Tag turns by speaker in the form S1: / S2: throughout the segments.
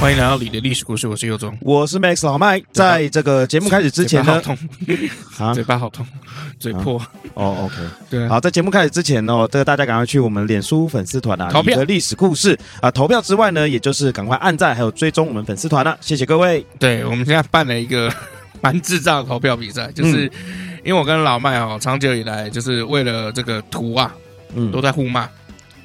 S1: 欢迎来到你的历史故事，我是佑宗。
S2: 我是 Max 老麦，在这个节目开始之前
S1: 嘴巴
S2: 呢，
S1: 好痛，
S2: 啊
S1: 嘴巴好痛，嘴破。
S2: 哦，OK，
S1: 对，
S2: 好，在节目开始之前哦，这个大家赶快去我们脸书粉丝团啊，
S1: 投票
S2: 你的历史故事啊，投票之外呢，也就是赶快按赞，还有追踪我们粉丝团啊，谢谢各位。
S1: 对，我们现在办了一个 蛮智障的投票比赛，就是、因为我跟老麦哦，长久以来就是为了这个图啊，
S2: 嗯
S1: 都，在互骂。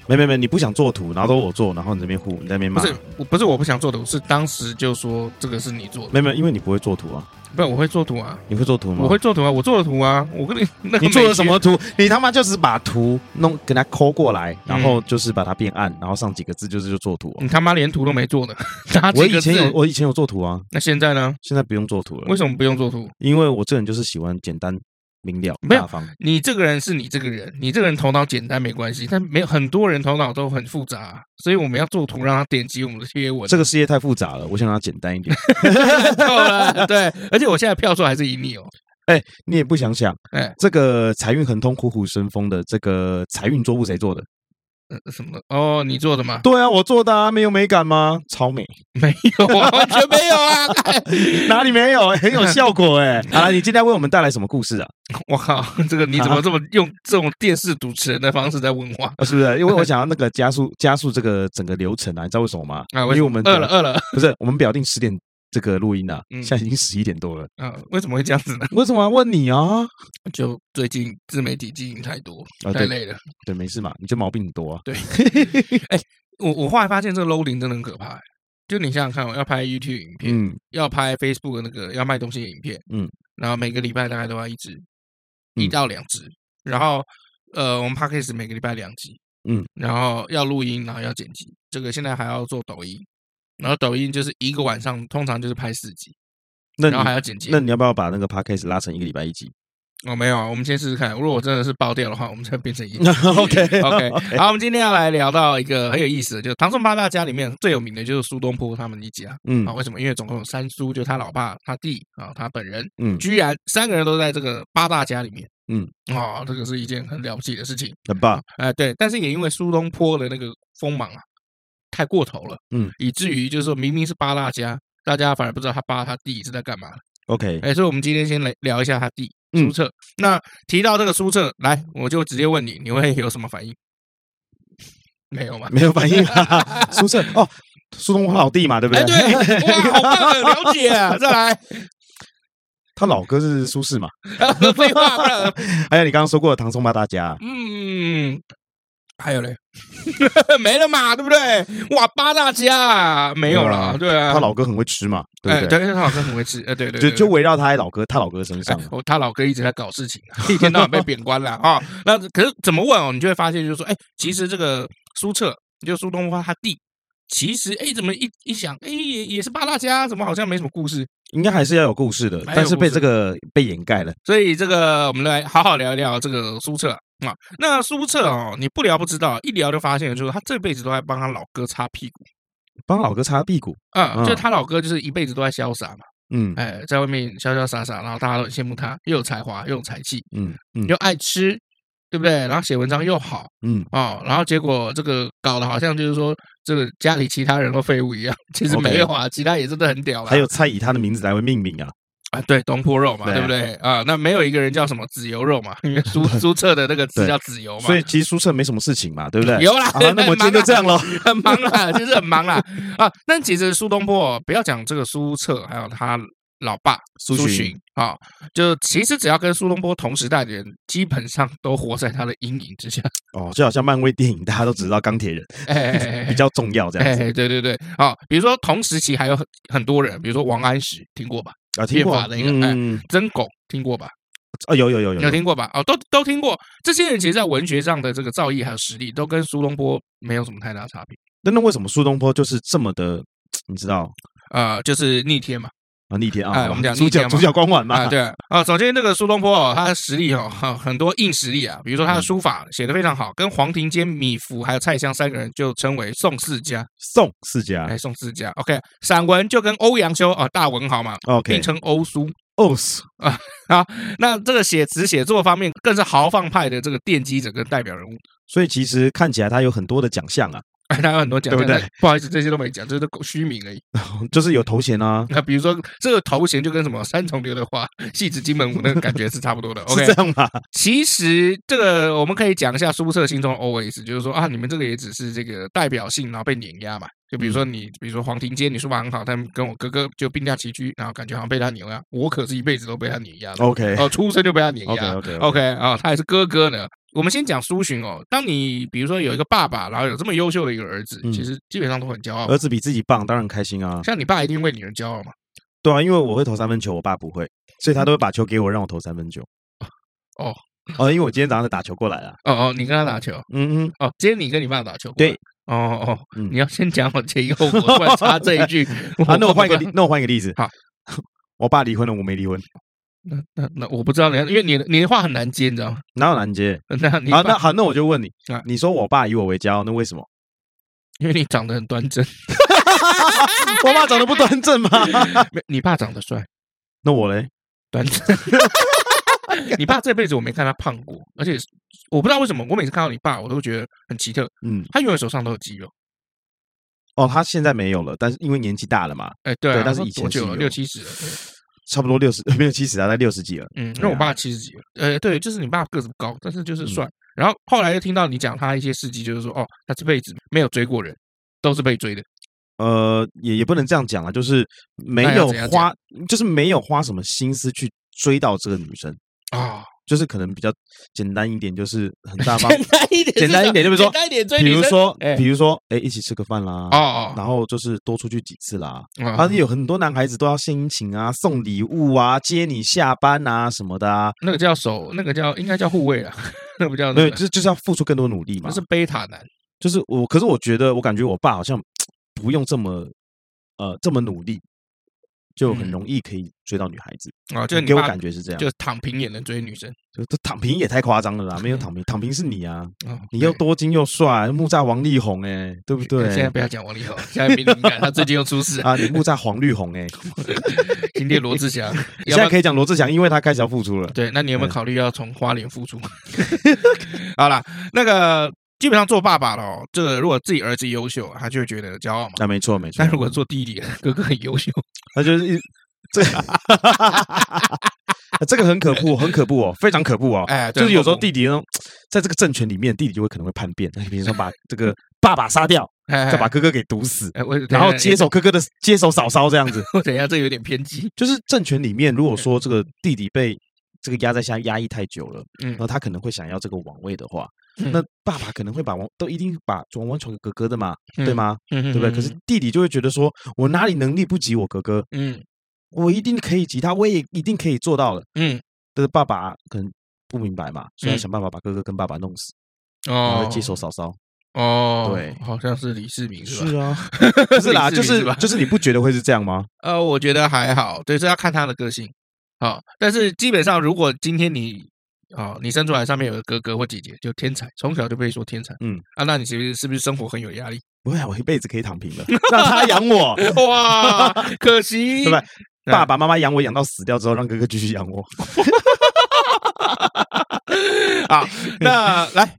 S2: 没没没，你不想做图，然后都我做，然后你这边互，你在那边
S1: 不
S2: 骂，
S1: 是，我不是我不想做的，我是当时就说这个是你做的，
S2: 没没，因为你不会做图啊，
S1: 不然我会做图啊，
S2: 你会做图吗？
S1: 我会做图啊，我做的图啊，我 跟你那个
S2: 你做了
S1: 美学
S2: 什？么图？你他妈就是把图弄给它抠过来，然后就是把它变暗，然后上几个字就是就做图哦、
S1: 你他妈连图都没做呢， 打
S2: 我
S1: 几
S2: 以
S1: 个字
S2: 前？有，我以前有做图啊，
S1: 那现在呢？
S2: 现在不用做图了
S1: 为，什么不用做图？
S2: 因为我这人就是喜欢简单明了、
S1: 没有
S2: 大方。
S1: 你这个人是你这个人，你这个人头脑简单没关系，但没有很多人头脑都很复杂啊、所以我们要做图让他点击我们的贴文。
S2: 这个世界太复杂了，我想让它简单 一点。
S1: 够了， 对，而且我现在票数还是赢你哦。
S2: 哎，你也不想想，
S1: 哎
S2: 这个财运亨通、虎虎生风的这个财运桌布谁做的？
S1: 呃什么？哦，你做的吗？
S2: 对啊，我做的啊，没有美感吗？超美，
S1: 没有啊，完全没有啊！ 干
S2: 哪里没有？很有效果哎、 好了，你今天为我们带来什么故事啊？
S1: 我靠，这个你怎么这么用这种电视主持人的方式在问话？
S2: 啊，是不是？因为我想要那个加速加速这个整个流程啊，你知道为什么吗？
S1: 啊，
S2: 因
S1: 为
S2: 为
S1: 什
S2: 我们
S1: 么
S2: 表
S1: 饿了，饿了。
S2: 不是我们表定十点这个录音啊，
S1: 嗯
S2: 现在已经十一点多了。
S1: 啊，为什么会这样子呢？
S2: 为什么要问你啊？
S1: 就最近自媒体经营太多，
S2: 啊
S1: 太
S2: 对
S1: 累了。
S2: 对，没事嘛，你这毛病很多啊。
S1: 我我后来发现这个 loading 真的很可怕欸、就你想想看哦，我要拍 YouTube 影片，
S2: 嗯，
S1: 要拍 Facebook 那个要卖东西的影片，
S2: 嗯，
S1: 然后每个礼拜大概都要一支，一
S2: 嗯
S1: 到两支，然后呃，我们 p a c k a g e 每个礼拜两集，
S2: 嗯，
S1: 然后要录音，然后要剪辑，这个现在还要做抖音，然后抖音就是一个晚上通常就是拍四集，
S2: 那
S1: 然后还
S2: 你
S1: 要剪辑
S2: 那。你要不要把那个 podcast 拉成一个礼拜一 集
S1: 哦，没有啊，我们先试试看，如果我真的是爆掉的话，我们再变 成一集。
S2: ？OK
S1: OK，好，我们今天要来聊到一个很有意思的，就是唐宋八大家里面最有名的就是苏东坡他们一家。
S2: 嗯
S1: 啊，为什么？因为总共有三叔，就他老爸、他弟啊、他本人，
S2: 嗯，
S1: 居然三个人都在这个八大家里面。
S2: 嗯，
S1: 哦，这个是一件很了不起的事情。
S2: 很棒。
S1: 哎、对，但是也因为苏东坡的那个锋芒啊，太过头了，
S2: 嗯，
S1: 以至于就是说明明是八大家，大家反而不知道他爸他弟是在干嘛。
S2: OK，
S1: 哎、所以我们今天先来聊一下他弟
S2: 嗯
S1: 苏辙。那提到这个苏辙，来，我就直接问你，你会有什么反应？没有吗？
S2: 没有反应啊。 苏轼哦，苏东坡老弟嘛，对不
S1: 哎、
S2: 对？
S1: 对，哇，好棒的了解啊！再来，
S2: 他老哥是苏轼嘛？
S1: 废话，不然
S2: 还有你刚刚说过的唐宋八大
S1: 啊
S2: 家，
S1: 嗯，还有嘞， 没了嘛，对不对？哇，八大家没有啦，对啊，
S2: 他老哥很会吃嘛，对
S1: 哎，
S2: 不对？
S1: 对，他老哥很会吃，哎，对对，
S2: 就
S1: 对
S2: 就围绕他老哥他老哥身上
S1: 哎。我他老哥一直在搞事情啊，一天到晚被贬官了啊。那可是怎么问哦，你就会发现，就是说，哎，其实这个苏辙，就苏东坡他弟，其实哎，怎么一一想，哎，也也是八大家，怎么好像没什么故事？
S2: 应该还是要有故事的，
S1: 还有
S2: 但是被
S1: 故
S2: 这
S1: 事
S2: 个被掩盖了。
S1: 所以这个我们来好好聊一聊这个苏辙啊。啊那苏辙哦，你不聊不知道，一聊就发现，就是他这辈子都在帮他老哥擦屁股。
S2: 帮老哥擦屁股，
S1: 啊，就
S2: 嗯
S1: 他老哥就是一辈子都在潇洒嘛，
S2: 嗯
S1: 哎，在外面潇潇洒洒，然后大家都很羡慕他，又有才华，又有才气，
S2: 嗯嗯
S1: 又爱吃，对不对？然后写文章又好
S2: 嗯，
S1: 哦，然后结果这个搞得好像就是说这个家里其他人都废物一样， 其实
S2: OK
S1: 没有啊，其他也真的很屌啦。
S2: 还有菜以他的名字来为命名啊，
S1: 啊，对东坡肉嘛，
S2: 对啊
S1: 对不对？啊，那没有一个人叫什么子由肉嘛，因为苏苏辙的那个字
S2: 对
S1: 叫子由嘛，
S2: 所以其实苏轼没什么事情嘛，对不对？
S1: 有啦
S2: 好，那我今天就这样喽。
S1: 很 忙啦，就是很忙啦啊。但其实苏东坡哦不要讲这个苏辙，还有他老爸
S2: 苏洵
S1: 洵啊，就其实只要跟苏东坡同时代的人，基本上都活在他的阴影 之下。
S2: 哦，就好像漫威电影，大家都只知道钢铁人
S1: 哎哎哎
S2: 比较重要这样
S1: 哎，
S2: 子
S1: 哎对对对，啊，比如说同时期还有很很多人，比如说王安石听过吧，
S2: 啊，听过
S1: 哎变法的一个
S2: 嗯，
S1: 曾巩听过吧，
S2: 哦，有有有有
S1: 有听过吧？哦，都都听过。这些人其实，在文学上的这个造诣还有实力，都跟苏东坡没有什么太大差别。
S2: 那那为什么苏东坡就是这么的？你知道
S1: 呃，就是逆天嘛，
S2: 啊，逆天
S1: 哎
S2: 啊，
S1: 我们讲
S2: 主
S1: 逆
S2: 角
S1: 天嘛
S2: 主角光环嘛，
S1: 啊，对啊，啊首先这个苏东坡哦，他的实力哦，哈很多硬实力啊，比如说
S2: 嗯
S1: 他的书法写得非常好，跟黄庭坚、米芾还有蔡襄三个人就称为宋四家，
S2: 宋世家
S1: 哎，宋四家。OK，散文就跟欧阳修啊大文豪嘛，并
S2: ，OK，
S1: 称欧苏。
S2: 哦，是
S1: 那这个写词写作方面，更是豪放派的这个奠基者跟代表人物。
S2: 所以其实看起来他有很多的奖项啊，
S1: 哎，他有很多奖，
S2: 对不
S1: 但
S2: 对
S1: 是？不好意思，这些都没讲，这都虚名而已。
S2: 就是有头衔啊，
S1: 那比如说这个头衔就跟什么三重刘德华、 戏子金门武那个感觉是差不多 的。OK，
S2: 是这样 吗？
S1: 其实这个我们可以讲一下苏澈心中的 OS，就是说啊，你们这个也只是这个代表性，然后被碾压嘛。就比如说
S2: 嗯
S1: 你，比如说黄庭坚，你书法很好，但跟我哥哥就并驾齐驱，然后感觉好像被他碾压。我可是一辈子都被他碾压的，
S2: OK
S1: 哦，出生就被他碾
S2: OK
S1: 压。
S2: OK
S1: OK 啊、他还是哥哥呢。我们先讲苏洵哦，当你比如说有一个爸爸，然后有这么优秀的一个儿子，
S2: 嗯呃
S1: 其实基本上都很骄傲。
S2: 儿子比自己棒，当然开心啊，
S1: 像你爸一定为你而骄傲嘛。
S2: 对啊，因为我会投三分球，我爸不会，所以他都会把球给我，让我投三分球。
S1: 哦
S2: 哦，因为我今天早上在打球过来啊，
S1: 哦哦，你跟他打球
S2: 嗯嗯，
S1: 哦，今天你跟你爸打球过来
S2: 对。
S1: 哦哦，
S2: 嗯，
S1: 你要先讲我前因后果，突然插这一句
S2: 啊，那我换一个
S1: 刚
S2: 例，那我换一个例子，
S1: 好，
S2: 我爸离婚了，我没离婚，
S1: 那那那我不知道你要，因为你的你的话很难接，你知道吗？
S2: 哪有拦截？
S1: 那你
S2: 好，
S1: 把
S2: 那好，那我就问你
S1: 啊，
S2: 你说我爸以我为骄傲，那为什么？
S1: 因为你长得很端正，
S2: 我爸长得不端正吗？
S1: 没你爸长得帅，
S2: 那我嘞？
S1: 端正。 你爸这辈子我没看他胖过，而且我不知道为什么，我每次看到你爸，我都觉得很奇特，
S2: 嗯，
S1: 他永远手上都有肌肉。
S2: 哦，他现在没有了，但是因为年纪大了嘛，
S1: 哎，对啊，
S2: 对但是
S1: 他
S2: 以前
S1: 多
S2: 是
S1: 久了？
S2: 有
S1: 六七十了。对
S2: 啊差不多六十，没有七十啊，才六十几了。
S1: 嗯，那
S2: 对
S1: 我
S2: 啊
S1: 爸七十几了，呃，对，就是你爸个子不高，但是就是帅。
S2: 嗯
S1: 然后后来又听到你讲他一些事迹，就是说，哦，他这辈子没有追过人，都是被追的。
S2: 呃，也也不能这样讲了，就是没
S1: 那要
S2: 有
S1: 怎样
S2: 花，就是没有花什么心思去追到这个女生，
S1: 啊，
S2: 就是可能比较简单一点，就是很大方。
S1: 单一点
S2: 简单一点就是说
S1: 简单一点 追
S2: 比
S1: 女
S2: 如
S1: 生
S2: 说
S1: 哎，
S2: 比如说，哎，一起吃个饭啦，
S1: 哦哦
S2: 然后就是多出去几次啦。
S1: 哦，
S2: 而且有很多男孩子都要献殷勤啊，送礼物啊，接你下班啊什么的啊。
S1: 那个叫手，那个叫应该叫护卫了， 那不叫那
S2: 对，
S1: 个
S2: 就就是要付出更多努力嘛
S1: 那。是贝塔男。
S2: 就是我，可是我觉得，我感觉我爸好像不用这么呃这么努力，就很
S1: 嗯
S2: 容易可以追到女孩子。
S1: 啊，就是你
S2: 给我
S1: 爸
S2: 感觉是这样，
S1: 就躺平也能追女生
S2: 就这躺平也太夸张了啦！没有躺平，躺平是你啊，
S1: 啊，
S2: 你又
S1: 对
S2: 多金又帅，木栅王力宏哎、对不对？
S1: 现在不要讲王力宏，现在比你敏感，他最近又出 事。
S2: 啊，你木栅黄绿宏哎、
S1: 今天罗 志祥，
S2: 你
S1: 要
S2: 现
S1: 不
S2: 在
S1: 要
S2: 可以讲罗志祥，因为他开始要付出了。
S1: 对，那你有没有考虑要从花莲复出？ 好啦，那个基本上做爸爸了哦，这个如果自己儿子优秀，他就会觉得 骄傲嘛。
S2: 那、啊没错没错
S1: 但，如果做弟弟，哥哥很优秀，
S2: 他就是一这个， 这个很可怖，很可怖哦，非常可怖哦。
S1: 哎，对
S2: 就是有时候
S1: 不
S2: 弟弟呢，在这个政权里面，弟弟就会可能会叛变，比如说把这个爸爸杀掉，
S1: 哎哎
S2: 再把哥哥给毒死，
S1: 哎，我
S2: 然后接
S1: 手，
S2: 手哥哥的接手嫂嫂这样子。
S1: 我等一下，这有点偏激。
S2: 就是政权里面，如果说这个弟弟被这个压在下压抑太久了，
S1: 嗯
S2: 然后他可能会想要这个王位的话，
S1: 嗯
S2: 那爸爸可能会把王都一定把王王传给哥哥的嘛，
S1: 嗯
S2: 对吗？
S1: 嗯
S2: 对不对？可是，弟弟就会觉得说，我哪里能力不及我哥哥，
S1: 嗯
S2: 我一定可以及他，我也一定可以做到的。
S1: 嗯，
S2: 但是爸爸可能不明白嘛，所以他
S1: 嗯
S2: 想办法把哥哥跟爸爸弄死，然
S1: 哦
S2: 后，接手嫂嫂。
S1: 哦，
S2: 对
S1: 好像是李世民
S2: 是
S1: 是吧？
S2: 啊，不是啦，
S1: 李
S2: 就
S1: 世民
S2: 是
S1: 是吧
S2: 就是你不觉得会是这样吗？
S1: 呃，我觉得还好，对，这要看他的个性。好，但是基本上，如果今天你哦，你生出来上面有个哥哥或姐姐，就天才，从小就被说天才，
S2: 嗯
S1: 啊，那你其实是不是生活很 有压力？
S2: 不会啊，我一辈子可以躺平了，让他养 我，
S1: 哇，可惜，
S2: 对不对？
S1: 对
S2: 爸爸妈妈养我养到死掉之后，让哥哥继续养我。
S1: 好，那来，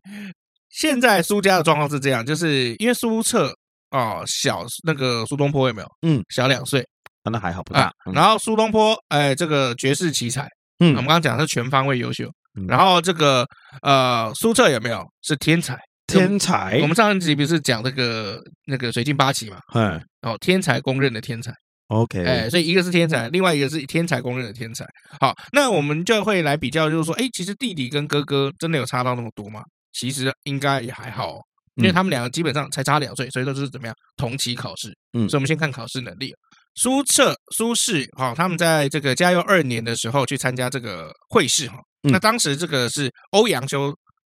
S1: 现在苏家的状况是这样，就是因为苏澈哦，小那个苏东坡有没有？
S2: 嗯，
S1: 小两岁
S2: 啊，那还好不大
S1: 啊。。
S2: 嗯
S1: 然后苏东坡，哎，这个绝世奇才，我
S2: 嗯
S1: 们刚，刚讲是全方位优秀
S2: 嗯。
S1: 然后这个呃，苏澈有没有是天才？
S2: 天才
S1: 我，们上一集不是讲那个那个水镜八旗嘛？
S2: 嗯
S1: 哦，天才公认的天才，哎，
S2: ，OK，
S1: 所以一个是天才，另外一个是天才公认的天才。好，那我们就会来比较，就是说，哎，其实弟弟跟哥哥真的有差到那么多吗？其实应该也还好、哦，因为
S2: 嗯
S1: 他们两个基本上才差两岁，所以都是怎么样同期考试。
S2: 嗯
S1: 所以我们先看考试能力。苏澈、苏轼，好、他们在这个嘉佑二年的时候去参加这个会试哈、
S2: 嗯
S1: 那当时这个是欧阳修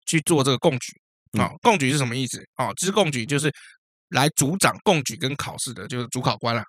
S1: 去做这个贡举
S2: 嗯
S1: 啊、哦，贡举是什么意思？哦，知贡举就是来主掌贡举跟考试的，就是主考官啦、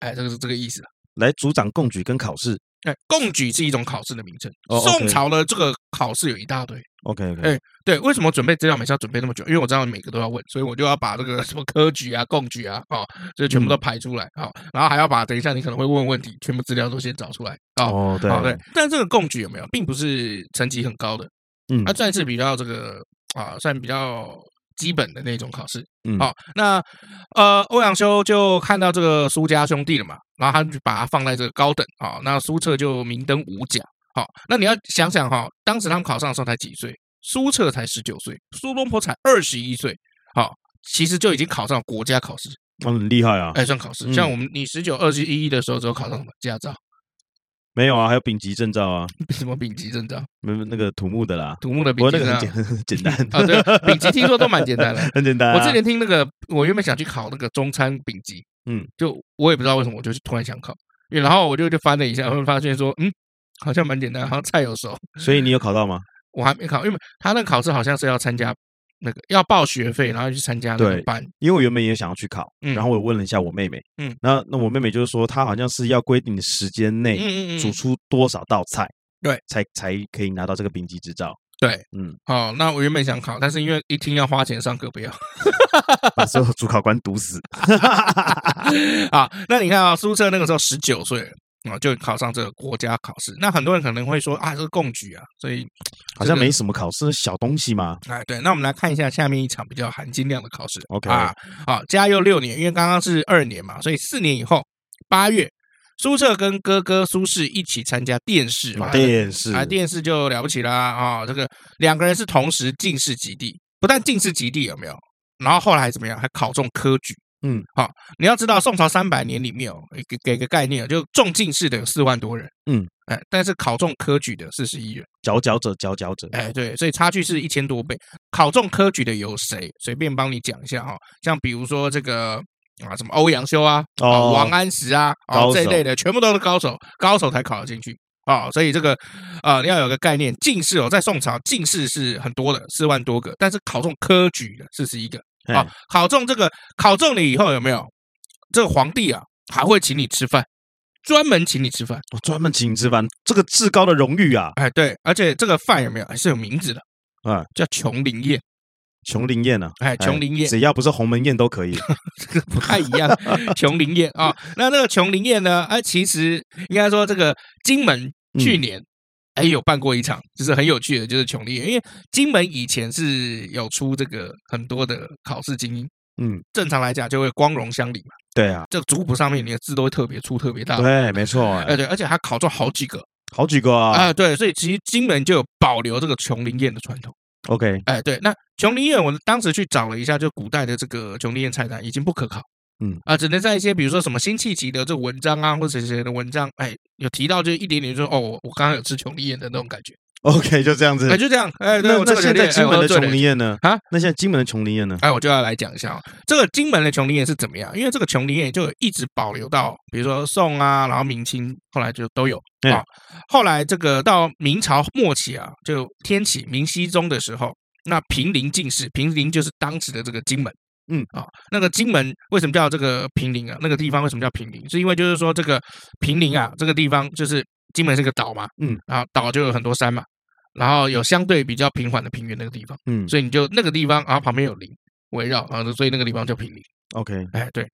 S1: 哎，这个是这个意思。
S2: 来组长贡举跟考试。
S1: 哎，贡举是一种考试的名称。
S2: 哦，OK
S1: 宋朝的这个考试有一大堆。
S2: OK OK，
S1: 哎对，为什么准备资料每次要准备那么久？因为我知道每个都要问，所以我就要把这个什么科举啊、贡举啊，哦，这全部
S2: 嗯
S1: 都排出来，哦，然后还要把等一下你可能会问问题，全部资料都先找出来，哦，
S2: 哦对
S1: 好对，但这个贡举有没有，并不是层级很高的，
S2: 嗯
S1: 它啊算是比较这个啊，算比较基本的那种考试。
S2: 嗯
S1: 好、那呃，欧阳修就看到这个苏家兄弟了嘛，然后他就把它放在这个高等啊、好那苏辙就名登五甲。好、那你要想想哈、当时他们考上的时候才几岁？苏辙才十九岁，苏东坡才二十一岁。好、其实就已经考上国家考试，
S2: 他们很厉害啊，
S1: 哎，算考试。
S2: 嗯
S1: 像我们你十九、二十一的时候，只有考上什么驾照、
S2: 没有啊，还有丙级证照啊，
S1: 什么丙级证照、
S2: 没那个土木的啦，
S1: 土木的
S2: 不过
S1: 丙级
S2: 那
S1: 证
S2: 个很
S1: 照
S2: 简很 简单
S1: 啊，对，丙级听说都蛮简单的。
S2: 很简单啊。
S1: 我之前听那个，我原本想去考那个中餐丙级，
S2: 嗯，
S1: 就我也不知道为什么，我就突然想考，然后我就就翻了一下，会发现说，嗯，好像蛮简单，好像菜有熟，
S2: 所以你有考到吗？
S1: 我还没考，因为他那个考试好像是要参加那个要报学费，然后去参加那个
S2: 对
S1: 班，
S2: 因为我原本也想要去考，
S1: 嗯
S2: 然后我问了一下我妹妹，
S1: 嗯，
S2: 那那我妹妹就是说，她好像是要规定时间
S1: 嗯
S2: 内
S1: 嗯
S2: 煮
S1: 嗯，
S2: 出多少道菜，
S1: 对，
S2: 才才可以拿到这个丙级执照，
S1: 对，
S2: 嗯，
S1: 哦，那我原本想考，但是因为一听要花钱上课， 不要
S2: 把所有主考官毒死。
S1: 啊。那你看啊，苏澈那个时候十九岁了。啊，就考上这个国家考试，那很多人可能会说啊，这是贡举啊，所以
S2: 好像
S1: 这个
S2: 没什么考试，小东西嘛。
S1: 哎，对，那我们来看一下下面一场比较含金量的考试。
S2: OK
S1: 啊，好，嘉佑六年，因为刚刚是二年嘛，所以四年以后，八月，苏辙跟哥哥苏轼一起参加殿试嘛，
S2: 电视
S1: 啊，殿试就了不起啦啊、这个两个人是同时进士及第，不但进士及第有没有？然后后来还怎么样？还考中科举。
S2: 嗯，
S1: 好、你要知道宋朝三百年里面哦，给给个概念哦，就中进士的有四万多人，
S2: 嗯，
S1: 哎，但是考中科举的四十一人。
S2: 佼佼者，佼佼者。
S1: 哎，对，所以差距是一千多倍。考中科举的有谁？随便帮你讲一下哈、像比如说这个啊，什么欧阳修啊，啊
S2: 哦
S1: 王安石啊，哦
S2: 高
S1: 这一
S2: 手
S1: 类的，全部都是高手，高手才考得进去啊、所以这个呃，你要有个概念，进士哦，在宋朝进士是很多的，四万多个，但是考中科举的四十一个
S2: 嘿
S1: 啊、考中这个考中你以后有没有？这个皇帝啊，还会请你吃饭，专门请你吃饭。
S2: 我专门请你吃饭，这个至高的荣誉啊！
S1: 哎，对，而且这个饭有没有还是有名字的？
S2: 啊，
S1: 叫琼林宴。
S2: 琼林宴啊，
S1: 哎，琼林宴
S2: 只要不是鸿门宴都可 以。
S1: 不太一 样，琼林宴啊、那那个琼林宴呢？哎、其实应该说这个金门去年哎、有办过一场，就是很有趣的，就是琼林宴。因为金门以前是有出这个很多的考试精英，
S2: 嗯，
S1: 正常来讲就会光荣乡里嘛，
S2: 对啊，
S1: 这个族谱上面你的字都会特别出特别大。
S2: 对，没错，
S1: 哎，对，而且还考中好几个
S2: 好几个
S1: 啊、
S2: 啊。
S1: 对，所以其实金门就有保留这个琼林宴的传统。
S2: OK，
S1: 哎，对，那琼林宴，我当时去找了一下，就古代的这个琼林宴菜单已经不可考，
S2: 嗯
S1: 啊，只能在一些比如说什么辛弃疾的这个文章啊，或者谁谁的文章，哎，有提到就一点点说，哦，我我刚刚有吃琼林宴的那种感觉，
S2: OK，就这样子
S1: 哎，。就这样，哎，对，
S2: 那
S1: 我这
S2: 那
S1: 个
S2: 现
S1: 酒
S2: 在
S1: 店
S2: 金门的琼，
S1: 哎我这个酒
S2: 林
S1: 店
S2: 宴呢？
S1: 啊，
S2: 那现在金门的琼林宴呢？
S1: 哎，我就要来讲一下哦，这个金门的琼林宴是怎么样？因为这个琼林宴就有一直保留到，比如说宋啊，然后明清，后来就都有
S2: 嗯
S1: 啊。后来这个到明朝末期啊，就天启、明熹宗的时候，那平陵进士，平陵就是当时的这个金门。
S2: 嗯
S1: 啊，那个金门为什么叫这个平陵啊？那个地方为什么叫平陵？是因为就是说这个平陵啊，这个地方就是金门是个岛嘛，
S2: 嗯，
S1: 然后岛就有很多山嘛，然后有相对比较平缓的平原那个地方。
S2: 嗯
S1: 所以你就那个地方，然后旁边有林围绕，然后所以那个地方叫平林。
S2: ，OK，
S1: 哎，对，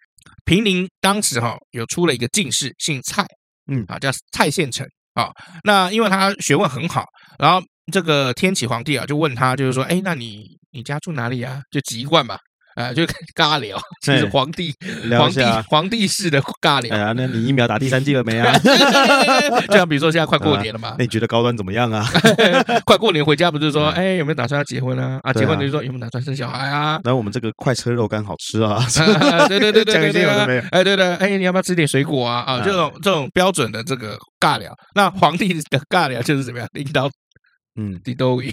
S1: 平林当时哈、有出了一个进士，姓蔡，
S2: 嗯
S1: 啊叫蔡宪成啊。那因为他学问很好，然后这个天启皇帝啊就问他，就是说，哎，那你你家住哪里啊？就籍贯吧。啊，就 尬聊，就是
S2: 哎
S1: 皇帝
S2: 聊
S1: 皇
S2: 一
S1: 帝
S2: 下。啊
S1: 皇帝式的尬聊
S2: 哎。呀，那你疫苗打第三剂了没 啊？
S1: 就像比如说现在快过年了嘛，
S2: 那你觉得高端怎么样啊？
S1: 快过年回家不是说，哎，有没有打算要结婚啊？啊，
S2: 对
S1: 结
S2: 啊
S1: 婚就说有没有打算生小孩啊？
S2: 然后我们这个快车肉干好吃 啊！
S1: 啊对对对对
S2: 讲
S1: 对
S2: 一些
S1: 对
S2: 有的
S1: 啊
S2: 没有，
S1: 哎，对的，哎，你要不要吃点水果啊？啊，
S2: 啊
S1: 这种这种标准的这个尬聊，那皇帝的尬聊就是怎么样，领导
S2: 嗯，
S1: 李都尉